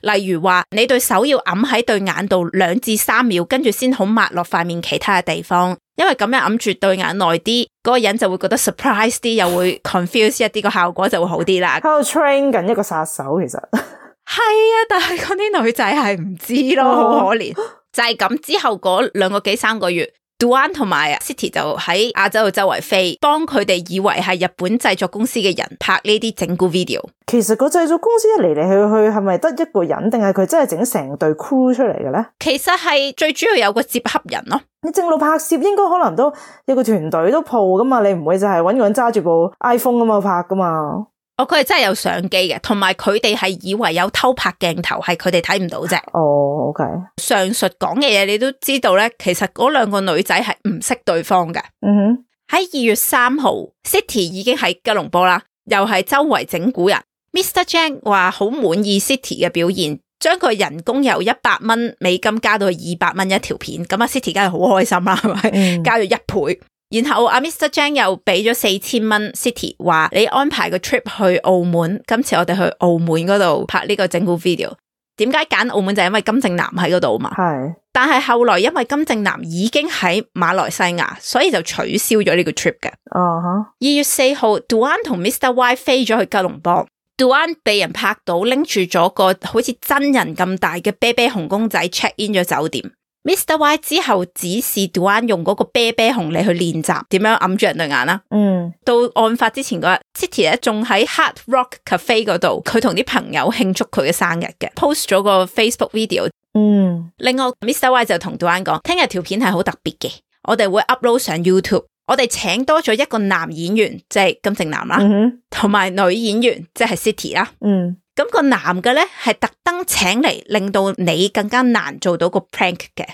Speaker 1: 例如話，你對手要揞喺對眼度兩至三秒，跟住先好抹落塊面其他嘅地方，因為咁樣揞住對眼耐啲，嗰、個人就會覺得 surprise 啲，又會 confuse 一啲，個效果就會好啲啦
Speaker 2: 喺。度 train 緊一個殺手，其實 [LAUGHS]
Speaker 1: 係啊，但係嗰啲女仔係唔知咯，好可憐。哦就係咁之後嗰兩個幾三個月 d u a n 同埋 City 就喺亞洲度周圍飛，幫佢哋以為係日本製作公司嘅人拍呢啲整蠱 video。
Speaker 2: 其實個製作公司嚟嚟去去係咪得一個人，定係佢真係整成隊 crew 出嚟嘅咧？
Speaker 1: 其實係最主要有個接洽人咯，
Speaker 2: 你正路拍攝應該可能都有個團隊都鋪噶嘛，你唔會就係揾個人揸住部 iPhone 咁啊拍噶嘛？
Speaker 1: 哦，佢係真係有相機嘅，同埋佢哋係以為有偷拍鏡頭，係佢哋睇唔到啫。
Speaker 2: 哦，OK，
Speaker 1: 上述講嘅嘢你都知道咧，其實嗰兩個女仔係唔識對方嘅。
Speaker 2: 嗯哼，
Speaker 1: 喺二月三號，City 已經喺吉隆坡啦，又係周圍整蠱人。Mr. Jang 話好滿意 City 嘅表現，將佢人工由一百蚊美金加到二百蚊一條片，咁啊 City 梗係好開心啦，係咪？
Speaker 2: 嗯
Speaker 1: 加咗一倍。然後阿 Mr. Jang 又俾咗四千蚊 City，話你安排個 trip 去澳門，今次我哋去澳門嗰度拍呢個整蠱 video。點解揀澳門就係因為金正男喺嗰度啊嘛？
Speaker 2: 係
Speaker 1: 但係後來因為金正男已經喺馬來西亞，所以就取消咗呢個 trip 嘅。
Speaker 2: 啊哈，
Speaker 1: 二月四號，Duan 同 Mr Y 飛咗去吉隆坡。Duan 被人拍到拎住咗個好似真人咁大嘅啤啤熊公仔 check in 咗酒店。Mr Y 之後指示 Duan 用嗰個啤啤熊嚟去練習點樣揞住人對眼啦。
Speaker 2: 嗯
Speaker 1: 到案發之前嗰日，City 咧仲喺 Hard Rock Cafe 嗰度，佢同啲朋友慶祝佢嘅生日嘅，post 咗個 Facebook video。
Speaker 2: 嗯
Speaker 1: 另外，Mr. Y 就同 Duan 講，聽日條片係好特別嘅，我哋會 upload 上 YouTube。我哋請多咗一個男演員，即係金正男啦，
Speaker 2: 嗯哼，
Speaker 1: 同埋女演員，即係 City 啦。
Speaker 2: 嗯
Speaker 1: 咁、個男嘅咧係特登請嚟，令到你更加難做到個 prank 嘅。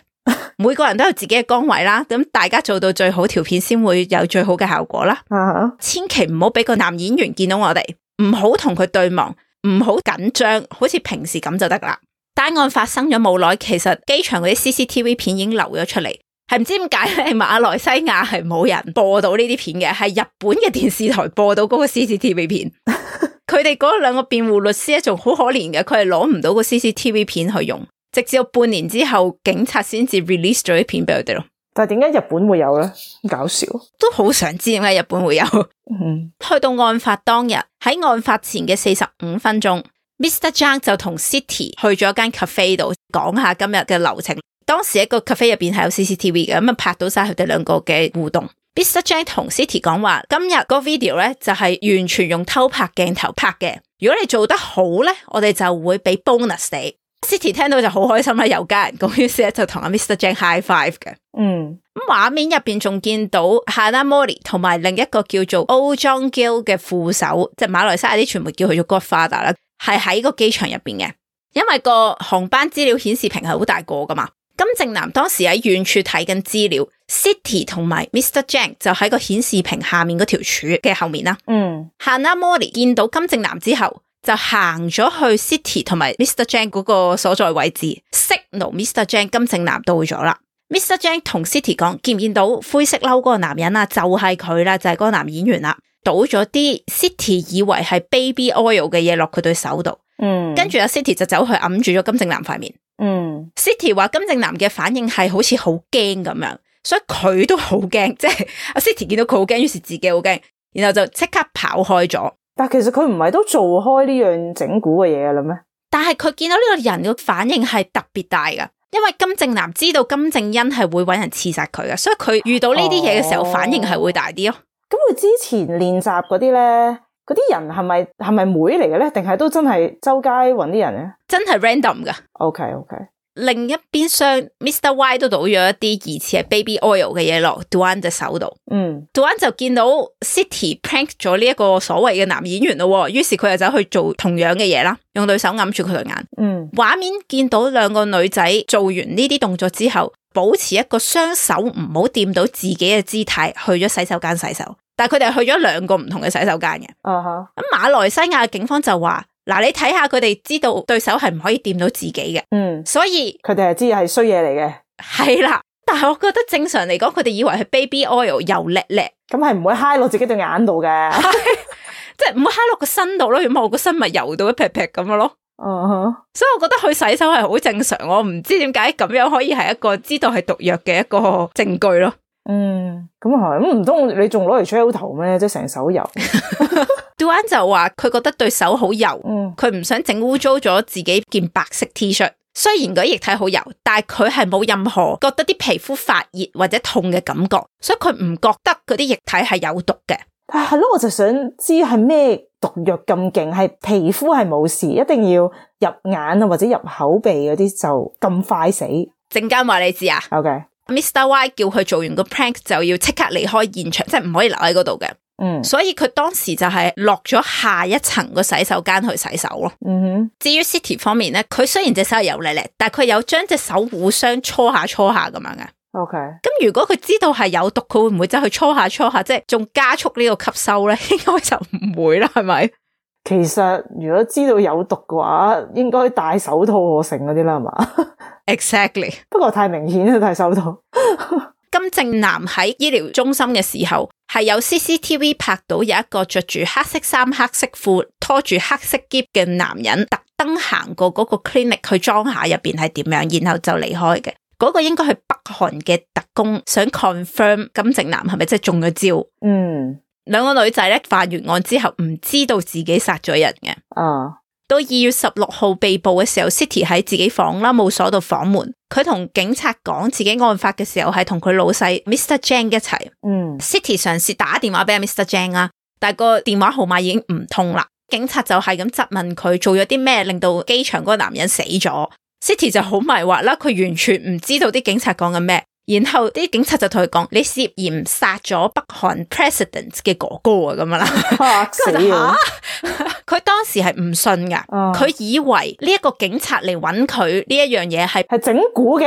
Speaker 1: 每個人都有自己嘅崗位啦，咁大家做到最好條片先會有最好嘅效果啦。
Speaker 2: 啊哈，
Speaker 1: 千祈唔好俾個男演員見到我哋，唔好同佢對望，唔好緊張，好似平時咁就得啦。單案發生咗冇耐，其實機場嗰啲 CCTV 片已經流咗出嚟，係唔知點解咧？馬來西亞係冇人播到呢啲片嘅，係日本嘅電視台播到嗰個 CCTV 片。佢哋嗰兩個辯護律師咧，仲好可憐嘅，佢係攞唔到個 CCTV 片去用，直至到半年之後，警察先至 release 咗啲片俾佢哋咯。
Speaker 2: 但係點解日本會有咧？搞笑，
Speaker 1: 都好想知點解日本會有。
Speaker 2: 嗯
Speaker 1: 去到案發當日，喺案發前嘅四十五分鐘，Mr. Zhang 就同 City 去咗間 cafe 度講下今日嘅流程。當時一個 cafe 入邊係有 CCTV 嘅，咁啊拍到晒佢哋兩個嘅互動。Mr. Zhang 同 City 講話，今日個 video 咧就係完全用偷拍鏡頭拍嘅。如果你做得好咧，我哋就會俾 bonus 你。City 聽到就好開心啦，有家人咁，於是咧就同阿 Mr. Zhang high five 嘅。
Speaker 2: 嗯
Speaker 1: 咁畫面入邊仲見到 Hana Mori 同埋另一個叫做 O Jong Gil 嘅副手，即係馬來西亞啲傳媒叫佢做 Godfather 啦，係喺個機場入邊嘅。因為個航班資料顯示屏係好大個噶嘛，金正男當時喺遠處睇緊資料，City 同埋 Mr. Jang 就喺個顯示屏下面嗰條柱嘅後面啦。
Speaker 2: 嗯
Speaker 1: Hana Mori 見到金正男之後，就行咗去 City 同埋 Mr. Jang 嗰個所在位置，signal Mr. Jang 金正男到咗啦。Mr. Jang 同 City 講：見唔見到灰色褸嗰個男人啊？就係佢啦，就係嗰個男演員啦。倒咗啲 City 以為係 baby oil 嘅嘢落佢對手度，
Speaker 2: 嗯，
Speaker 1: 跟住阿 City 就走去揞住咗金正男塊面。
Speaker 2: 嗯
Speaker 1: City 話金正男嘅反應係好似好驚咁樣，所以佢都好驚，即係阿 City 見到佢好驚，於是自己好驚，然後就即刻跑開咗。
Speaker 2: 但其實佢唔係都做開呢樣整蠱嘅嘢嘅啦咩？
Speaker 1: 但係佢見到呢個人嘅反應係特別大噶，因為金正男知道金正恩係會揾人刺殺佢嘅，所以佢遇到呢啲嘢嘅時候
Speaker 2: 哦
Speaker 1: 反應係會大啲咯。
Speaker 2: 咁佢之前練習嗰啲咧，嗰啲人係咪係咪妹嚟嘅咧？定係都真係周街揾啲人咧
Speaker 1: 真係 random 噶。
Speaker 2: ？OK OK，
Speaker 1: 另一邊箱 Mr Y 都倒咗一啲疑似係 baby oil 嘅嘢落 Duan 隻手度
Speaker 2: 嗯，
Speaker 1: ，Duan 就見到 City prank 咗呢一個所謂嘅男演員咯喎，於是佢就走去做同樣嘅嘢啦，用對手揞住佢對眼。
Speaker 2: 嗯，
Speaker 1: 畫面見到兩個女仔做完呢啲動作之後，保持一個雙手唔好掂到自己嘅姿態，去咗洗手間洗手。但系佢哋係去咗兩個唔同嘅洗手間嘅。
Speaker 2: 啊哈，
Speaker 1: 咁馬來西亞警方就話：嗱，你睇下佢哋知道對手係唔可以掂到自己嘅，
Speaker 2: 嗯，
Speaker 1: 所以
Speaker 2: 佢哋係知係衰嘢嚟嘅，
Speaker 1: 係啦。 [LAUGHS] 但係我覺得正常嚟講，佢哋以為係 baby oil 油叻叻，
Speaker 2: 咁係唔會揩落自己對眼度嘅。啊
Speaker 1: 即係唔好揩落個身度咯，如果唔係我個身咪油到一劈劈咁樣咯。
Speaker 2: 嗯哼，
Speaker 1: 所以我覺得去洗手係好正常，我唔知點解咁樣可以係一個知道係毒藥嘅一個證據咯。
Speaker 2: 嗯，咁啊係，咁唔通你仲攞嚟吹口頭咩？即係成手油，
Speaker 1: Duan 就話佢覺得對手好油，
Speaker 2: 嗯
Speaker 1: 佢唔想整污糟咗自己件白色 T 恤。雖然嗰啲液體好油，但係佢係冇任何覺得啲皮膚發熱或者痛嘅感覺，所以佢唔覺得嗰啲液體係有毒嘅。
Speaker 2: 但係咯，我就想知係咩毒藥咁勁，係皮膚係冇事，一定要入眼啊或者入口鼻嗰啲就咁快死。
Speaker 1: 陣間話你知啊
Speaker 2: OK，
Speaker 1: ，Mr Y 叫佢做完個 prank 就要即刻離開現場，即係唔可以留喺嗰度嘅。
Speaker 2: 嗯
Speaker 1: 所以佢當時就係落咗下一層個洗手間去洗手咯。
Speaker 2: 嗯
Speaker 1: 至於 City 方面咧，佢雖然隻手係油叻叻，但係佢有將隻手互相搓下搓下咁樣嘅。
Speaker 2: 哼，OK，
Speaker 1: 咁如果佢知道係有毒，佢會唔會走去搓下搓下，即係仲加速呢 [LAUGHS] 個吸收咧？應該就唔會啦，係咪？
Speaker 2: 其實如果知道有毒嘅話，應該戴手套我成嗰啲啦，係嘛？ [LAUGHS]
Speaker 1: Exactly。
Speaker 2: 不過太明顯啦，戴手套。
Speaker 1: 金正男喺醫療中心嘅時候，係有 CCTV 拍到有一個着住黑色衫、黑色褲、拖住黑色箧嘅男人，特登行過嗰個 clinic 去裝下入邊係點樣，然後就離開嘅。嗰、個應該係北韓嘅特工，想 confirm 金正男係咪真係中咗招。
Speaker 2: 嗯
Speaker 1: 兩個女仔咧犯完案之後，唔知道自己殺咗人嘅。
Speaker 2: 啊，
Speaker 1: 到二月十六號被捕嘅時候，City 喺自己房啦，冇鎖到房門。佢同警察講自己案發嘅時候係同佢老細 Mr. Jang 一齊。
Speaker 2: 嗯
Speaker 1: City 嘗試打電話俾阿 Mr. Jang 啦，但係個電話號碼已經唔通啦。警察就係咁質問佢做咗啲咩令到機場嗰個男人死咗。City 就好迷惑啦，佢完全唔知道啲警察講緊咩。然後啲警察就同佢講：你涉嫌殺咗北韓 president 嘅哥哥啊咁樣啦。
Speaker 2: 嚇死
Speaker 1: 跟住
Speaker 2: 啊！
Speaker 1: 佢當時係唔信噶，
Speaker 2: 啊
Speaker 1: 佢以為呢一個警察嚟揾佢呢一樣嘢
Speaker 2: [LAUGHS]
Speaker 1: 係
Speaker 2: 係整蠱嘅。 [LAUGHS]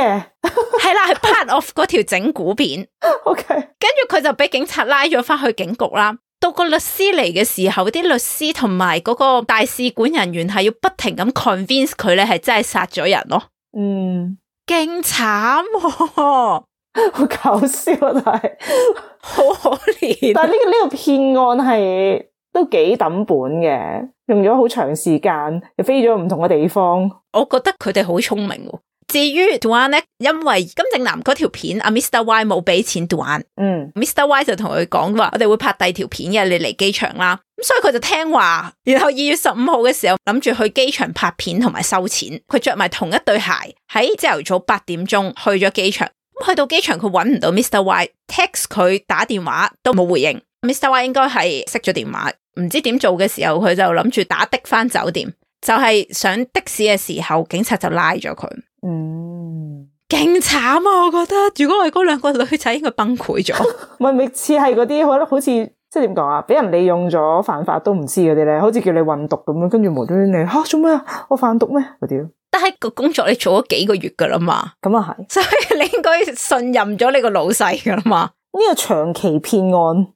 Speaker 1: 係啦，係 part of 嗰條整蠱片。
Speaker 2: OK，
Speaker 1: 跟住佢就俾警察拉咗翻去警局啦。到個律師嚟嘅時候，啲律師同埋嗰個大使館人員係要不停咁 convince 佢咧，係真係殺咗人咯，
Speaker 2: 嗯，
Speaker 1: 勁慘喎，
Speaker 2: 好搞笑啊！但係。
Speaker 1: [LAUGHS] 好可憐。
Speaker 2: 但係呢、個呢、個騙案係都幾抌本嘅，用咗好長時間，又飛咗唔同嘅地方。
Speaker 1: 我覺得佢哋好聰明喎。至於 Duan 咧，因為金正男嗰條片，阿 Mr Y 冇俾錢 Duan。
Speaker 2: 嗯
Speaker 1: Mr. Y 就同佢講話，我哋會拍第二條片嘅，你嚟機場啦。咁所以佢就聽話，然後二月十五號嘅時候諗住去機場拍片同埋收錢。佢着埋同一對鞋，喺朝頭早八點鐘去咗機場。咁去到機場佢揾唔到 Mr. Y，text 佢打電話都冇回應。Mr. Y 應該係熄咗電話，唔知點做嘅時候，佢就諗住打的翻酒店。就係上的士嘅時候，警察就拉咗佢，
Speaker 2: 嗯，
Speaker 1: 勁慘啊！我覺得，如果我係嗰兩個女仔，應該崩潰咗。
Speaker 2: 咪咪似係嗰啲，我覺得好似即係點講啊？俾人利用咗犯法都唔知嗰啲咧，好似叫你運毒咁樣，跟住無端端你吓做咩啊？我販毒咩？嗰啲
Speaker 1: 但係個工作你做咗幾個月噶啦嘛， [LAUGHS]
Speaker 2: 咁啊係
Speaker 1: 所以你應該信任咗你個老細噶啦嘛。
Speaker 2: 呢個長期騙案。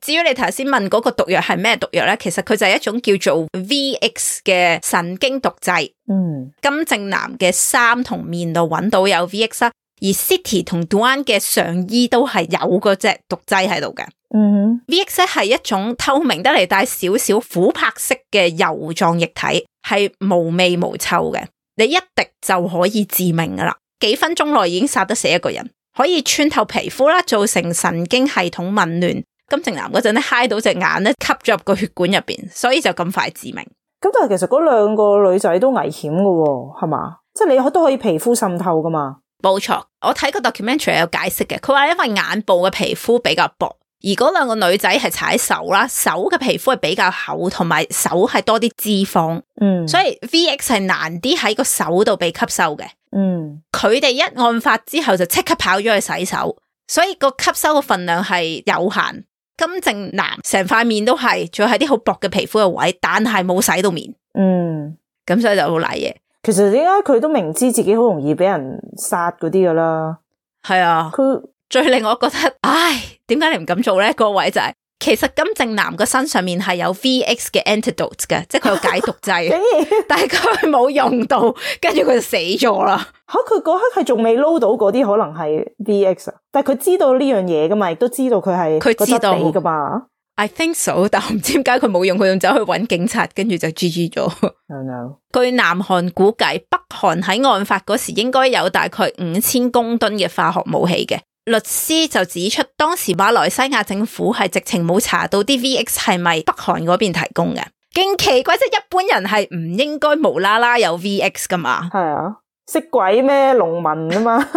Speaker 1: 至於你頭先問嗰個毒藥係咩毒藥咧，其實佢就係一種叫做 VX 嘅神經毒劑。
Speaker 2: 嗯
Speaker 1: 金正男嘅衫同面度揾到有 VX 啦，而 City 同 Duan 嘅上衣都係有嗰隻毒劑喺度嘅。
Speaker 2: 嗯
Speaker 1: VX 咧係一種透明得嚟帶少少琥珀色嘅油狀液體，係無味無臭嘅，你一滴就可以致命噶啦，幾分鐘內已經殺得死一個人，可以穿透皮膚啦，造成神經系統紊亂。金正男嗰陣咧，揩到隻眼咧，吸咗入個血管入邊，所以就咁快致命。
Speaker 2: 咁但係其實嗰兩個女仔都危險嘅喎，係嘛？即係你都可以皮膚滲透噶嘛？
Speaker 1: 冇錯，我睇個 documentary 有解釋嘅，佢話因為眼部嘅皮膚比較薄，而嗰兩個女仔係踩手啦，手嘅皮膚係比較厚，同埋手係多啲脂肪。
Speaker 2: 嗯，
Speaker 1: 所以 VX 係難啲喺個手度被吸收嘅，
Speaker 2: 嗯，
Speaker 1: 佢哋一案發之後就即刻跑咗去洗手，所以個吸收嘅份量係有限。金正男成塊面都係，仲要係啲好薄嘅皮膚嘅位，但係冇洗到面，
Speaker 2: 嗯，
Speaker 1: 咁所以就好賴嘢。
Speaker 2: 其實點解佢都明知自己好容易俾人殺嗰啲噶啦，
Speaker 1: 係啊，
Speaker 2: 佢
Speaker 1: 最令我覺得，唉，點解你唔敢做咧？個位就係、其實金正男個身上面係有 VX 嘅 antidote 嘅，即係佢有解毒
Speaker 2: 竟 [LAUGHS]
Speaker 1: 劑，
Speaker 2: 然
Speaker 1: 但係佢冇用到，跟住佢就死咗啦。
Speaker 2: 吓佢嗰刻係仲未撈到嗰啲，可能係 VX 啊，但係佢知道呢樣嘢噶嘛，亦都知道佢係
Speaker 1: 佢知道
Speaker 2: 噶嘛。
Speaker 1: I think so，但我 [LAUGHS] 唔知點解佢冇用，佢仲走去揾警察，跟住就 GG 咗。 [LAUGHS]
Speaker 2: No no，
Speaker 1: 據南韓估計，北韓喺案發嗰時應該有大概五千公噸嘅化學武器嘅。律師就指出，當時馬來西亞政府係直情冇查到啲 VX 係咪北韓嗰邊提供嘅，勁奇怪，即係一般人係唔應該無啦啦有 VX 噶嘛，
Speaker 2: 係啊，識鬼咩農民啊嘛，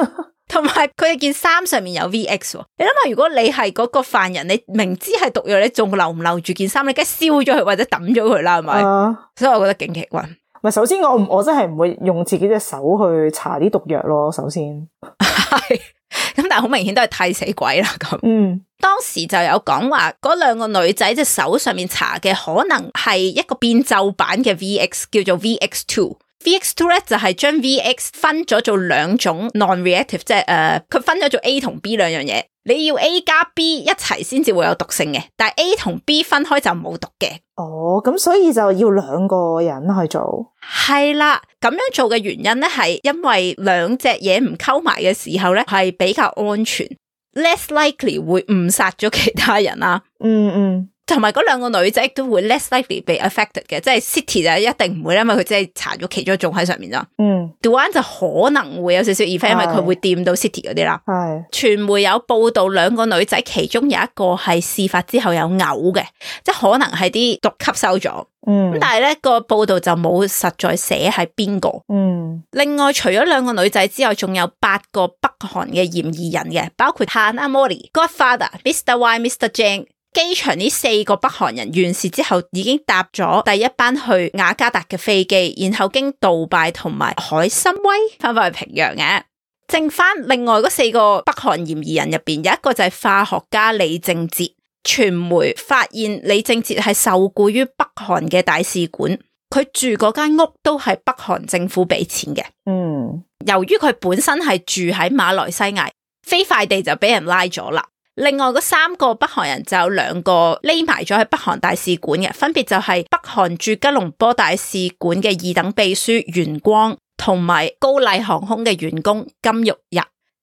Speaker 1: 同埋佢哋件衫上面有 VX，喎你諗下，如果你係嗰個犯人，你明知係毒藥，你仲留唔留住件衫，你梗係燒咗佢或者抌咗佢 [LAUGHS] 啦，係咪？
Speaker 2: 啊，
Speaker 1: 所以我覺得勁奇怪。
Speaker 2: 咪首先我唔我真係唔會用自己隻手去搽啲毒藥咯，首先，
Speaker 1: 係咁，但係好明顯都係替死鬼啦咁。
Speaker 2: 嗯
Speaker 1: 當時就有講話，嗰兩個女仔隻手上面搽嘅可能係一個變奏版嘅 VX，叫做 VX two。VX two 咧就係將 VX 分咗做兩種 non-reactive，即係誒，呃佢、分咗做 A 同 B 兩樣嘢。你要 A 加 B 一齊先至會有毒性嘅，但係 A 同 B 分開就冇毒嘅。
Speaker 2: 哦，咁所以就要兩個人去做，
Speaker 1: 係啦，咁樣做嘅原因咧，係因為兩隻嘢唔溝埋嘅時候咧，係比較安全，less likely 會誤殺咗其他人啦、
Speaker 2: 嗯嗯，
Speaker 1: 同埋嗰兩個女仔都會 less likely 被 affected 嘅，即係 City 就一定唔會啦，因為佢只係搽咗其中一種喺上面咋。
Speaker 2: 嗯
Speaker 1: Duan 就可能會有少少 effect，因為佢會掂到 City 嗰啲啦。
Speaker 2: 係，
Speaker 1: 傳媒有報道兩個女仔，其中有一個係事發之後有嘔嘅，即係可能係啲毒吸收咗。
Speaker 2: 嗯
Speaker 1: 咁但係咧個報道就冇實在寫係邊個。
Speaker 2: 嗯
Speaker 1: 另外，除咗兩個女仔之外，仲有八個北韓嘅嫌疑人嘅，包括 Hana Mori、Godfather、Mr. Y、Mr. Jang。機場呢四個北韓人完事之後，已經搭咗第一班去雅加達嘅飛機，然後經杜拜同埋海參崴翻返去平壤嘅。剩翻另外嗰四個北韓嫌疑人入邊，有一個就係化學家李正哲。傳媒發現李正哲係受雇於北韓嘅大使館，佢住嗰間屋都係北韓政府俾錢嘅。
Speaker 2: 嗯
Speaker 1: 由於佢本身係住喺馬來西亞，飛快地就俾人拉咗啦。另外嗰三個北韓人就有兩個匿埋咗喺北韓大使館嘅，分別就係北韓駐吉隆坡大使館嘅二等秘書袁光，同埋高麗航空嘅員工金玉日。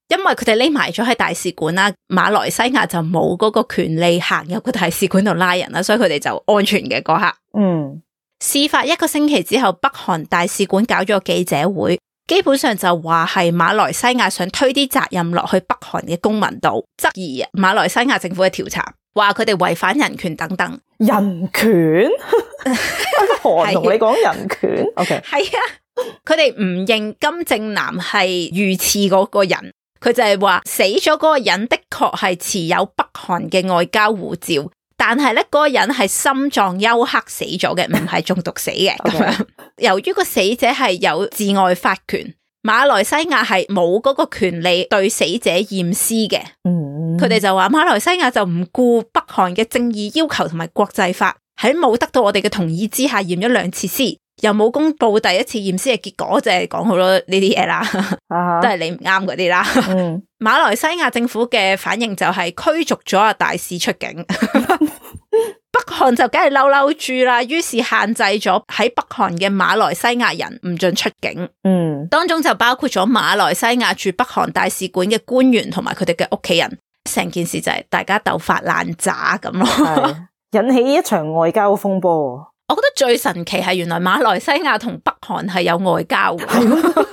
Speaker 1: 因為佢哋匿埋咗喺大使館啦，馬來西亞就冇嗰個權利行入個大使館度拉人啦，所以佢哋就安全嘅嗰刻。
Speaker 2: 嗯
Speaker 1: 事發一個星期之後，北韓大使館搞咗個記者會，基本上就話係馬來西亞想推啲責任落去北韓嘅公民度，質疑馬來西亞政府嘅調查，話佢哋違反人權等等。
Speaker 2: 人
Speaker 1: [LAUGHS]
Speaker 2: 權， [LAUGHS] 韓同你講人權，OK，
Speaker 1: 係啊，佢哋唔認金正男係遇刺嗰個人，佢就係話死咗嗰個人的確係持有北韓嘅外交護照，但係咧嗰個人係心臟休克死咗嘅，唔係中毒死嘅咁
Speaker 2: OK
Speaker 1: 樣。由於個死者係有治外法權。馬來西亞係冇嗰個權利對死者驗屍嘅，
Speaker 2: 嗯，
Speaker 1: 佢哋就話馬來西亞就唔顧北韓嘅正義要求同埋國際法，喺冇得到我哋嘅同意之下驗咗兩次屍，又冇公布第一次驗屍嘅結果，就係講好多呢啲嘢啦，[LAUGHS]
Speaker 2: 啊
Speaker 1: 都
Speaker 2: 哈
Speaker 1: 係你唔啱嗰啲啦。
Speaker 2: 嗯
Speaker 1: 馬來西亞政府嘅反應就係驅逐咗阿大使出境， [LAUGHS] 北韓就梗係嬲嬲住啦，於是限制咗喺北韓嘅馬來西亞人唔准出境。 [LAUGHS]
Speaker 2: 嗯
Speaker 1: 當中就包括咗馬來西亞駐北韓大使館嘅官員同埋佢哋嘅屋企人。成件事就係大家鬥法爛渣咁咯。
Speaker 2: 係引起一場外交風波，
Speaker 1: 我覺得最神奇係原來馬來西亞同北韓係有外交 [LAUGHS] 嘅。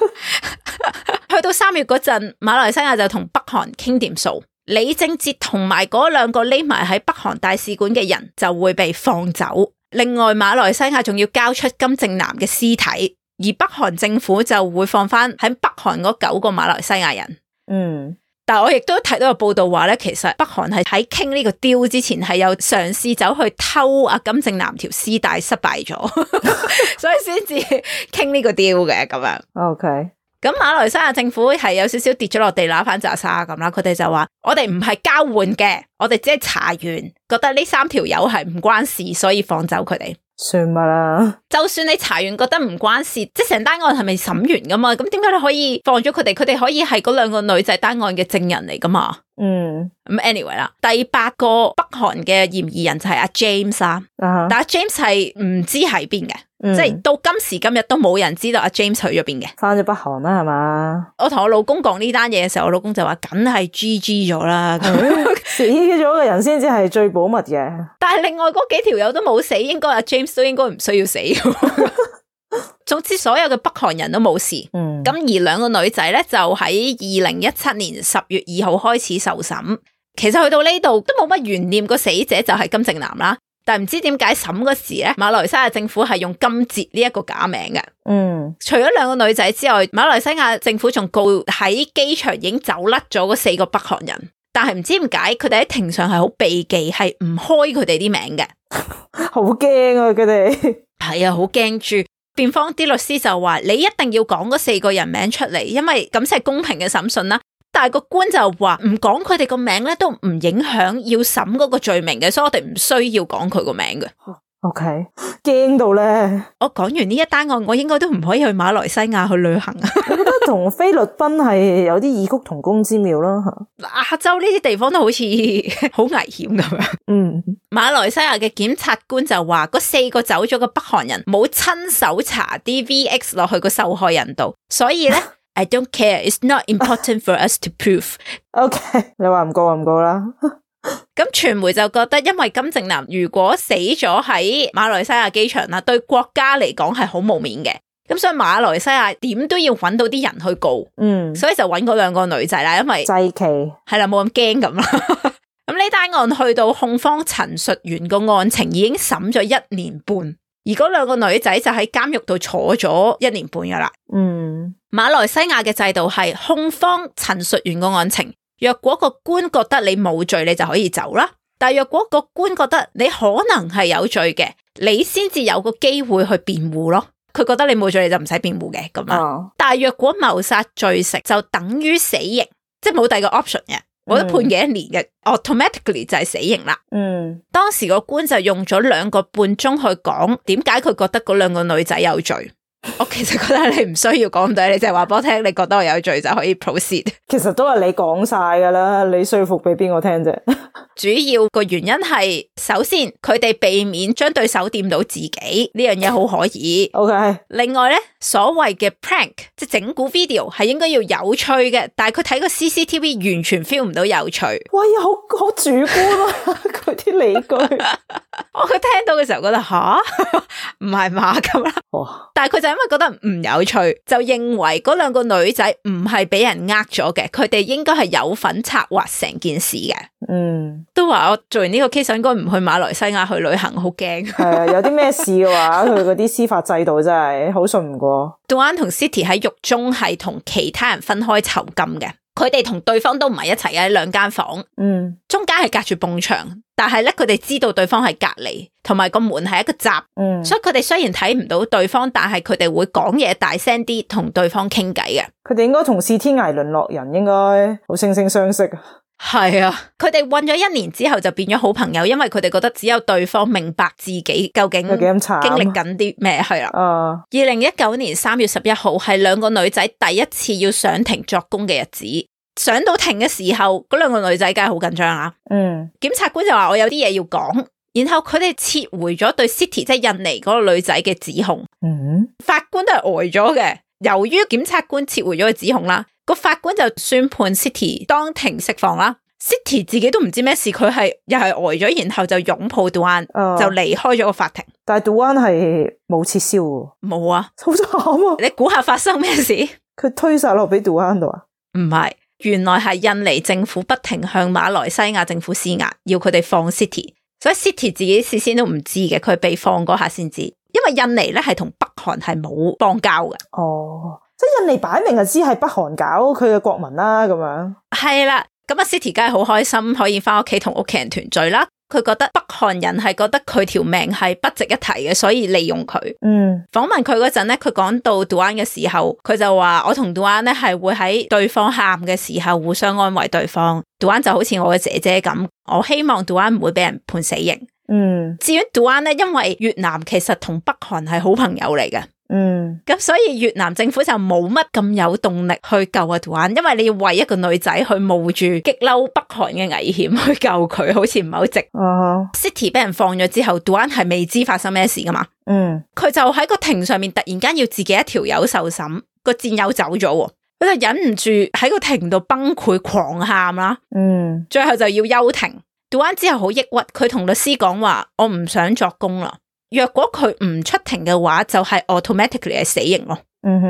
Speaker 1: 去到三月嗰陣，馬來西亞就同北韓傾掂數，李正哲同埋嗰兩個匿埋喺北韓大使館嘅人就會被放走。另外，馬來西亞仲要交出金正男嘅屍體，而北韓政府就會放翻喺北韓嗰九個馬來西亞人。
Speaker 2: 嗯
Speaker 1: 但我亦都睇到個報道話咧，其實北韓係喺傾呢個 deal 之前係有嘗試走去偷阿金正男條絲 [LAUGHS] 帶，失敗咗，所以先至傾呢個 deal 嘅咁樣。
Speaker 2: ，OK，
Speaker 1: 咁馬來西亞政府係有少少跌咗落地揦番拃沙咁啦，佢哋就話：我哋唔係交換嘅，我哋只係查完，覺得呢三條友係唔關事，所以放走佢哋。
Speaker 2: 算吧啦，
Speaker 1: 就算你查完覺得唔關事，即係成單案係咪審完噶嘛？咁點解你可以放咗佢哋？佢哋可以係嗰兩個女仔單案嘅證人嚟噶嘛？
Speaker 2: 嗯
Speaker 1: 咁 anyway 啦，第八個北韓嘅嫌疑人就係阿 James 啦，
Speaker 2: 啊哈，嗯
Speaker 1: 但阿 James 係唔知喺邊嘅，
Speaker 2: 即
Speaker 1: 即係到今時今日都冇人知道阿 James 去咗邊嘅。
Speaker 2: 翻咗北韓啦，係嘛？
Speaker 1: 我同我老公講呢單嘢嘅時候，我老公就話梗係 G G 咗啦。
Speaker 2: 死咗嘅人先至係最保密嘅。
Speaker 1: [LAUGHS] 但係另外嗰幾條友都冇死，應該阿 James 都應該唔需要死。 [LAUGHS] 總之，所有嘅北韓人都冇事。
Speaker 2: 嗯，
Speaker 1: 咁而兩個女仔咧，就喺二零一七年十月二號開始受審。其實去到呢度都冇乜懸念，個死者就係金正男啦。但唔知點解審嗰時咧，馬來西亞政府係用金哲呢一個假名嘅。
Speaker 2: 嗯
Speaker 1: 除咗兩個女仔之外，馬來西亞政府仲告喺機場已經走甩咗嗰四個北韓人，但係唔知點解佢哋喺庭上係好避忌，係唔開佢哋啲名嘅。
Speaker 2: 好驚啊！佢哋 [LAUGHS]
Speaker 1: 係啊，好驚住。辯方啲律師就話：你一定要講嗰四個人名出嚟，因為咁先係公平嘅審訊啦。但係個官就話唔講佢哋個名咧，都唔影響要審嗰個罪名嘅，所以我哋唔需要講佢個名嘅。
Speaker 2: ，OK，驚到咧，
Speaker 1: 我講完呢一單案，我應該都唔可以去馬來西亞去旅行啊。
Speaker 2: 我覺得同菲律賓係有啲異曲同工之妙咯吓。
Speaker 1: [LAUGHS] 亞洲呢啲地方都好似 [LAUGHS] 好危險咁樣。
Speaker 2: 嗯，
Speaker 1: 馬來西亞嘅檢察官就話，嗰四個走咗嘅北韓人冇親手查啲 VX 落去個受害人度，所以咧，I don't care, it's not important for us to prove。
Speaker 2: OK，你話唔告就唔告啦。
Speaker 1: 咁傳媒就覺得，因為金正男如果死咗喺馬來西亞機場啦，對國家嚟講係好冇面嘅，咁所以馬來西亞點都要揾到啲人去告，
Speaker 2: 嗯，
Speaker 1: 所以就揾嗰兩個女仔啦，因為
Speaker 2: 祭旗，
Speaker 1: 係啦，冇咁驚咁啦。 [LAUGHS] 咁呢單案去到控方陳述完個案情已經審咗一年半，而嗰兩個女仔就喺監獄度坐咗一年半噶啦。
Speaker 2: 嗯
Speaker 1: 馬來西亞嘅制度係控方陳述完個案情，若果個官覺得你冇罪，你就可以走啦。但若果個官覺得你可能係有罪嘅，你先至有個機會去辯護咯。佢覺得你冇罪，你就唔使辯護嘅咁樣。
Speaker 2: 啊，
Speaker 1: 但係若果謀殺罪成，就等於死刑，即係冇第二個 option 嘅，冇得判幾多年嘅、a u t o m a t i c a l l y 就係死刑啦。
Speaker 2: 嗯
Speaker 1: 當時個官就用咗兩個半鐘去講點解佢覺得嗰兩個女仔有罪。 [LAUGHS] 我其實覺得你唔需要講咁多，你就係話俾我聽，你覺得我有罪就可以 proceed。 [LAUGHS]
Speaker 2: 其實都係你講晒噶啦，你說服俾邊個聽啫？ [LAUGHS]
Speaker 1: 主要個原因係，首先佢哋避免將對手掂到自己呢樣嘢好可以。
Speaker 2: O K，
Speaker 1: 另外咧，所謂嘅 prank 即係整蠱 video 係應該要有趣嘅，但係佢睇個 CCTV 完全 feel 唔到有趣。 [LAUGHS]
Speaker 2: 喂，好好主觀啊， [LAUGHS] 佢啲
Speaker 1: [LAUGHS]
Speaker 2: 理據，
Speaker 1: 我佢聽到嘅時候覺得吓， [LAUGHS] 唔係嘛咁啦。
Speaker 2: 哇，
Speaker 1: 但係佢就因為覺得唔有趣，就認為嗰兩個女仔唔係俾人呃咗嘅，佢哋應該係有份策劃成件事嘅。
Speaker 2: 嗯，
Speaker 1: 都話我做完呢個 case 我應該唔去馬來西亞去旅行，好 [LAUGHS] 驚。
Speaker 2: 係啊，有啲咩事嘅話， [LAUGHS] 佢嗰啲司法制度真係好信唔過，
Speaker 1: 杜安同 City 喺獄中係同其他人分開囚禁嘅，佢哋同對方都唔係一齊嘅，喺兩間房。
Speaker 2: 嗯
Speaker 1: 中間係隔住埲牆，但係咧佢哋知道對方係隔離，同埋個門係一個閘，
Speaker 2: 嗯，
Speaker 1: 所以佢哋雖然睇唔到對方，但係佢哋會講嘢大聲啲，同對方傾偈嘅。
Speaker 2: 佢哋應該同是天涯淪落人應該好惺惺相惜啊，
Speaker 1: 係啊，佢哋混咗一年之後就變咗好朋友，因為佢哋覺得只有對方明白自己究竟啊
Speaker 2: 有幾
Speaker 1: 嗯經
Speaker 2: 咁慘，
Speaker 1: 歷緊啲咩係啦。
Speaker 2: 啊，
Speaker 1: 二零一九年三月十一號係兩個女仔第一次要上庭作供嘅日子，上到庭嘅時候，嗰兩個女仔梗係好緊張啦。
Speaker 2: 嗯
Speaker 1: 檢察官就話我有啲嘢要講，然後佢哋撤回咗對 City 即係印尼嗰個女仔嘅指控，
Speaker 2: 嗯，
Speaker 1: 法官都係呆咗嘅。由於檢察官撤回咗個指控啦，個法官就宣判 City 當庭釋放啦。City 自己都唔知咩事，佢係又係呆咗，然後就擁抱杜安，
Speaker 2: 啊，
Speaker 1: 就離開咗個法庭。
Speaker 2: 但係杜安係冇撤銷喎，
Speaker 1: 冇啊！
Speaker 2: 好慘啊！
Speaker 1: 你估下發生咩事？
Speaker 2: 佢推晒落俾杜安度啊，
Speaker 1: 唔係，原來係印尼政府不停向馬來西亞政府施壓，要佢哋放 City，所以 City 自己事先都唔知嘅，佢被放嗰下先知。因為印尼咧係同北韓係冇邦交嘅，
Speaker 2: 哦，即係印尼擺明就知係北韓搞佢嘅國民啦，咁樣，
Speaker 1: 係啦。咁啊，City 梗係好開心，可以翻屋企同屋企人團聚啦。佢覺得北韓人係覺得佢條命係不值一提嘅，所以利用佢。
Speaker 2: 嗯，
Speaker 1: 訪問佢嗰陣咧，佢講到杜安嘅時候，佢就話：我同杜安咧係會喺對方喊嘅時候互相安慰對方。杜安就好似我嘅姐姐咁，我希望杜安唔會俾人判死刑。
Speaker 2: 嗯，
Speaker 1: 至於杜安咧，因為越南其實同北韓係好朋友嚟嘅，
Speaker 2: 嗯，
Speaker 1: 咁所以越南政府就冇乜咁有動力去救阿杜安，因為你要為一個女仔去冒住激嬲北韓嘅危險去救佢，好似唔係好值。
Speaker 2: 啊哈，
Speaker 1: City 俾人放咗之後，杜安係未知發生咩事噶嘛？
Speaker 2: 嗯，
Speaker 1: 佢就喺個庭上面突然間要自己一條友受審，個戰友走咗喎，佢就忍唔住喺個庭度崩潰狂喊啦，
Speaker 2: 嗯，
Speaker 1: 最後就要休庭。杜安之後好抑鬱，佢同律師講話：我唔想作供啦，若果佢唔出庭嘅話，就係 automatically 係死刑咯。
Speaker 2: 嗯哼，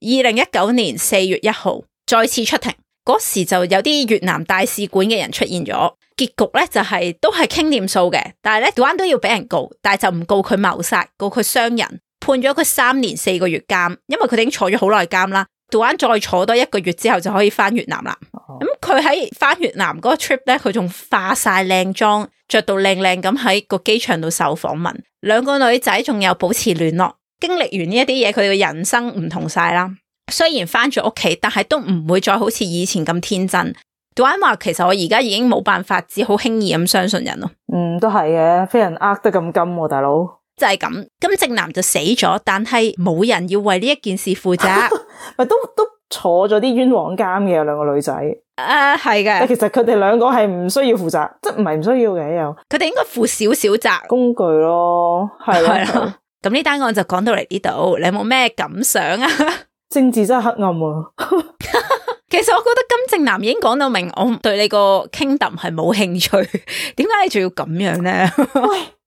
Speaker 1: 二零一九年四月一號再次出庭，嗰時就有啲越南大使館嘅人出現咗。結局咧就係、都係傾掂數嘅，但係咧杜安都要俾人告，但係就唔告佢謀殺，告佢傷人，判咗佢三年四個月監，因為佢哋已經坐咗好耐監啦。杜安再坐多一個月之後就可以翻越南啦。咁佢喺翻越南嗰個 trip 咧，佢仲化晒靚妝，着到靚靚咁喺個機場度受訪問，兩個女仔仲有保持聯絡。經歷完呢一啲嘢，佢哋嘅人生唔同晒啦。雖然翻咗屋企，但係都唔會再好似以前咁天真。杜安話：其實我而家已經冇辦法，只好輕易咁相信人咯，
Speaker 2: 嗯，都係嘅，俾人呃得咁金喎，大佬，
Speaker 1: 就係咁。金正男就死咗，但係冇人要為呢一件事負
Speaker 2: [LAUGHS]
Speaker 1: 責。
Speaker 2: 咪都都坐咗啲冤枉監嘅有兩個女仔，
Speaker 1: 诶，啊係
Speaker 2: 但
Speaker 1: 嘅，
Speaker 2: 其實佢哋兩個係唔需要負責，即係唔係唔需要嘅，又
Speaker 1: 佢哋應該負少少責。
Speaker 2: 工具咯，係啦
Speaker 1: 係啦，咁呢單案就講到嚟呢度，你有冇咩感想啊？ [LAUGHS]
Speaker 2: 政治真係黑暗啊！
Speaker 1: 其實我覺得金正男已經講到明，我對你個 kingdom 係冇興趣， [LAUGHS] 點解你仲要咁樣咧？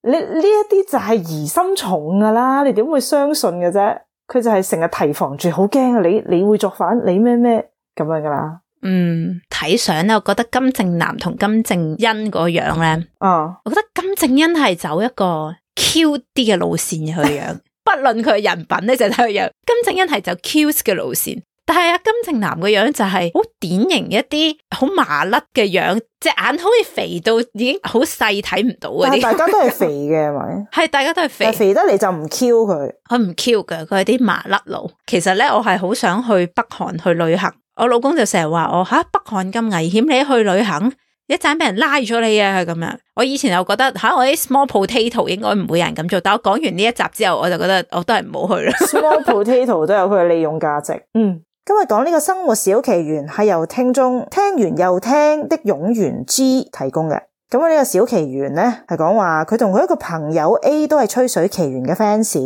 Speaker 2: 你呢一啲就係疑心重噶啦，你點會相信嘅啫？佢就係成日提防住，好驚啊！你你會作反，你咩咩咁樣噶啦？
Speaker 1: 嗯，睇相咧，我覺得金正男同金正恩嗰樣咧，
Speaker 2: 啊，
Speaker 1: 我覺得金正恩係走一個 Q 啲嘅路線去
Speaker 2: [LAUGHS]
Speaker 1: 樣，不論佢人品咧就睇佢樣。金正恩係走 Q 嘅路線，但係啊金正男嘅樣就係好典型一啲好麻甩嘅樣，隻眼好似肥到已經好細睇唔到嗰
Speaker 2: 但係大
Speaker 1: 啲，
Speaker 2: 家都係肥嘅，係咪？
Speaker 1: 係大家都係 [LAUGHS]
Speaker 2: 但
Speaker 1: 肥
Speaker 2: 係。肥得嚟就唔 Q 佢，
Speaker 1: 佢唔 Q 嘅，佢係啲麻甩佬。其實咧，我係好想去北韓去旅行。我老公就成日話我吓、北韓咁危險，你去旅行一陣俾人拉咗你啊咁樣。我以前又覺得吓、我啲 small potato 應該唔會有人咁做，但我講完呢一集之後，我就覺得我都係唔好去啦。 [LAUGHS]
Speaker 2: Small potato 都有佢嘅利用價值。嗯，今日講呢個生活小奇緣係由聽眾聽完又聽的勇元 G 提供嘅。咁啊，呢個小奇緣咧係講話佢同佢一個朋友 A 都係吹水奇緣嘅 fans。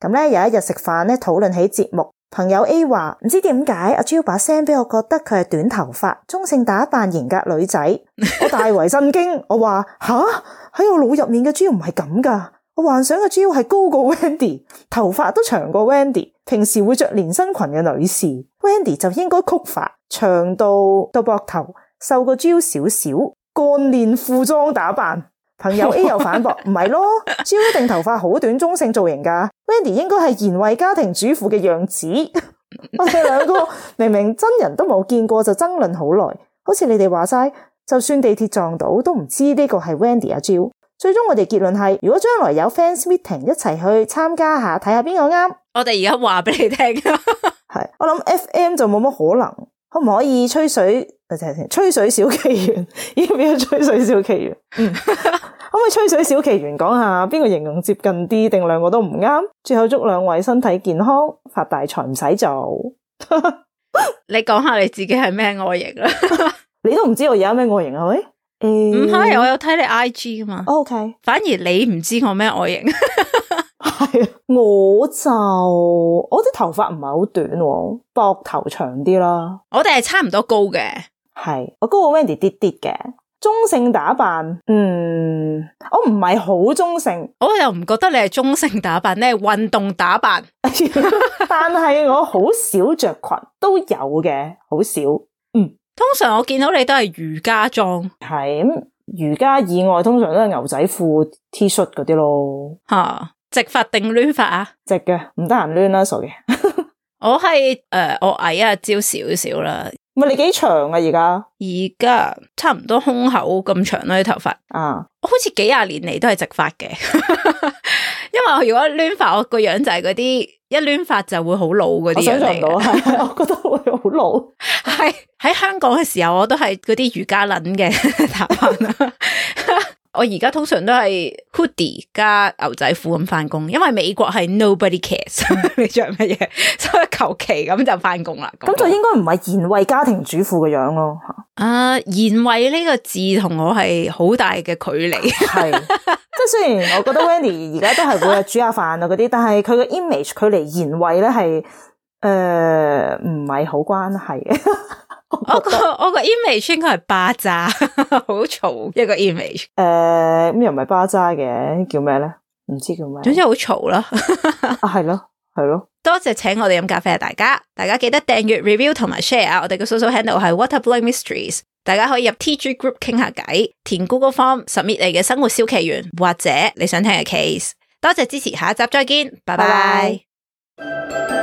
Speaker 2: 咁咧有一日食飯咧討論起節目，朋友 A 話唔知點解阿 Jo 把聲俾我覺得佢係短頭髮、中性打扮、型格女仔，我大為震驚。我話吓喺我腦入面嘅 Jo 唔係咁噶，我幻想嘅 Jo 係高過 Wendy。頭髮都長過 Wendy，平時會着連身裙嘅女士，Wendy 就應該曲髮，長到到膊頭，瘦過 Jo 少少，幹練褲裝打扮。朋友 A 又反駁：唔係咯，Jo [LAUGHS] 一定頭髮好短中性造型㗎，Wendy 應該係賢惠家庭主婦嘅樣子。 [LAUGHS] 我哋兩個明明真人都冇見過，就爭論好耐，好似你哋話齋，就算地鐵撞到都唔知呢個係 Wendy 啊阿 Jo。最終我哋結論係，如果將來有 fans meeting 一齊去參加下，睇下邊個啱，
Speaker 1: 我哋而家話俾你聽，啊
Speaker 2: 係我諗 FM 就冇乜可能，可唔可以吹水？誒睇下先吹水小奇緣 [LAUGHS] 已經變咗吹水小奇緣。嗯，可唔可以吹水小奇緣講下邊個形容接近啲，定兩個都唔啱？最後祝兩位身體健康，發大財唔使做。
Speaker 1: [LAUGHS] 你講下你自己係咩外形啦？
Speaker 2: 你都唔知我而家咩外形啊係咪？
Speaker 1: 唔
Speaker 2: 唔
Speaker 1: 係，啊我有睇你 I G 噶嘛，
Speaker 2: O K，
Speaker 1: 反而你唔知我咩外形。 [LAUGHS]
Speaker 2: 係啊， [LAUGHS] 我就我啲頭髮唔係好短喎，膊頭長啲啦。
Speaker 1: 我哋係差唔多高嘅，
Speaker 2: 係，我高過 Wendy 啲啲嘅。中性打扮，嗯，我唔係好中性， [LAUGHS]
Speaker 1: 我又唔覺得你係中性打扮，你係運動打扮。
Speaker 2: 但係我好少着裙，都有嘅，好少。
Speaker 1: 通常我見到你都係瑜伽裝
Speaker 2: 係咁，瑜伽以外通常都係牛仔褲、T 恤嗰啲咯，
Speaker 1: 吓、直髮定攣髮啊？
Speaker 2: 直嘅，唔得閒攣啦，傻嘅。
Speaker 1: 我係诶、呃我矮啊，招少少啦，
Speaker 2: 唔係你幾長啊？而家
Speaker 1: 而家差唔多胸口咁長啦啲頭髮，
Speaker 2: 啊，
Speaker 1: 我好似幾廿年嚟都係直髮嘅， [LAUGHS] 因為如果攣髮，我個樣就係嗰啲一攣髮就會好老嗰
Speaker 2: 我
Speaker 1: 啲
Speaker 2: 想
Speaker 1: 樣
Speaker 2: 象
Speaker 1: 嚟
Speaker 2: 唔到，
Speaker 1: 嘅。
Speaker 2: 係啊我覺得會好老。
Speaker 1: 係喺香港嘅時候，我都係嗰啲瑜伽撚嘅 [LAUGHS] 打扮啦。我而家通常都係 hoodie 加牛仔褲咁翻工，因為美國係 nobody cares [LAUGHS] 你着乜嘢，所以求其咁就翻工啦。
Speaker 2: 咁就應該唔係賢惠家庭主婦嘅樣咯，
Speaker 1: 啊，賢惠呢個字同我係好大嘅距 [LAUGHS] 離。
Speaker 2: 係即係雖然我覺得 Wendy 而家都係會煮下飯啊嗰啲，但係佢嘅 image 距離賢惠咧係誒唔係好關係 [LAUGHS] 嘅。
Speaker 1: 我個我個 image 應該係巴渣， [LAUGHS] 好嘈一個 image，
Speaker 2: 誒呃咁又唔係巴渣嘅，叫咩咧？唔知叫咩
Speaker 1: 總之好嘈啦。
Speaker 2: 啊？係咯，係咯。
Speaker 1: 多謝請我哋飲咖啡啊！大家，大家記得訂閱、review 同埋 share 啊！我哋嘅 social handle 係 What a Blank Mysteries，大家可以入 TG group 傾下偈，填 Google Form submit 你嘅生活消奇懸或者你想聽嘅 case。多謝支持，下一集再見，拜
Speaker 2: 拜
Speaker 1: 拜
Speaker 2: 拜。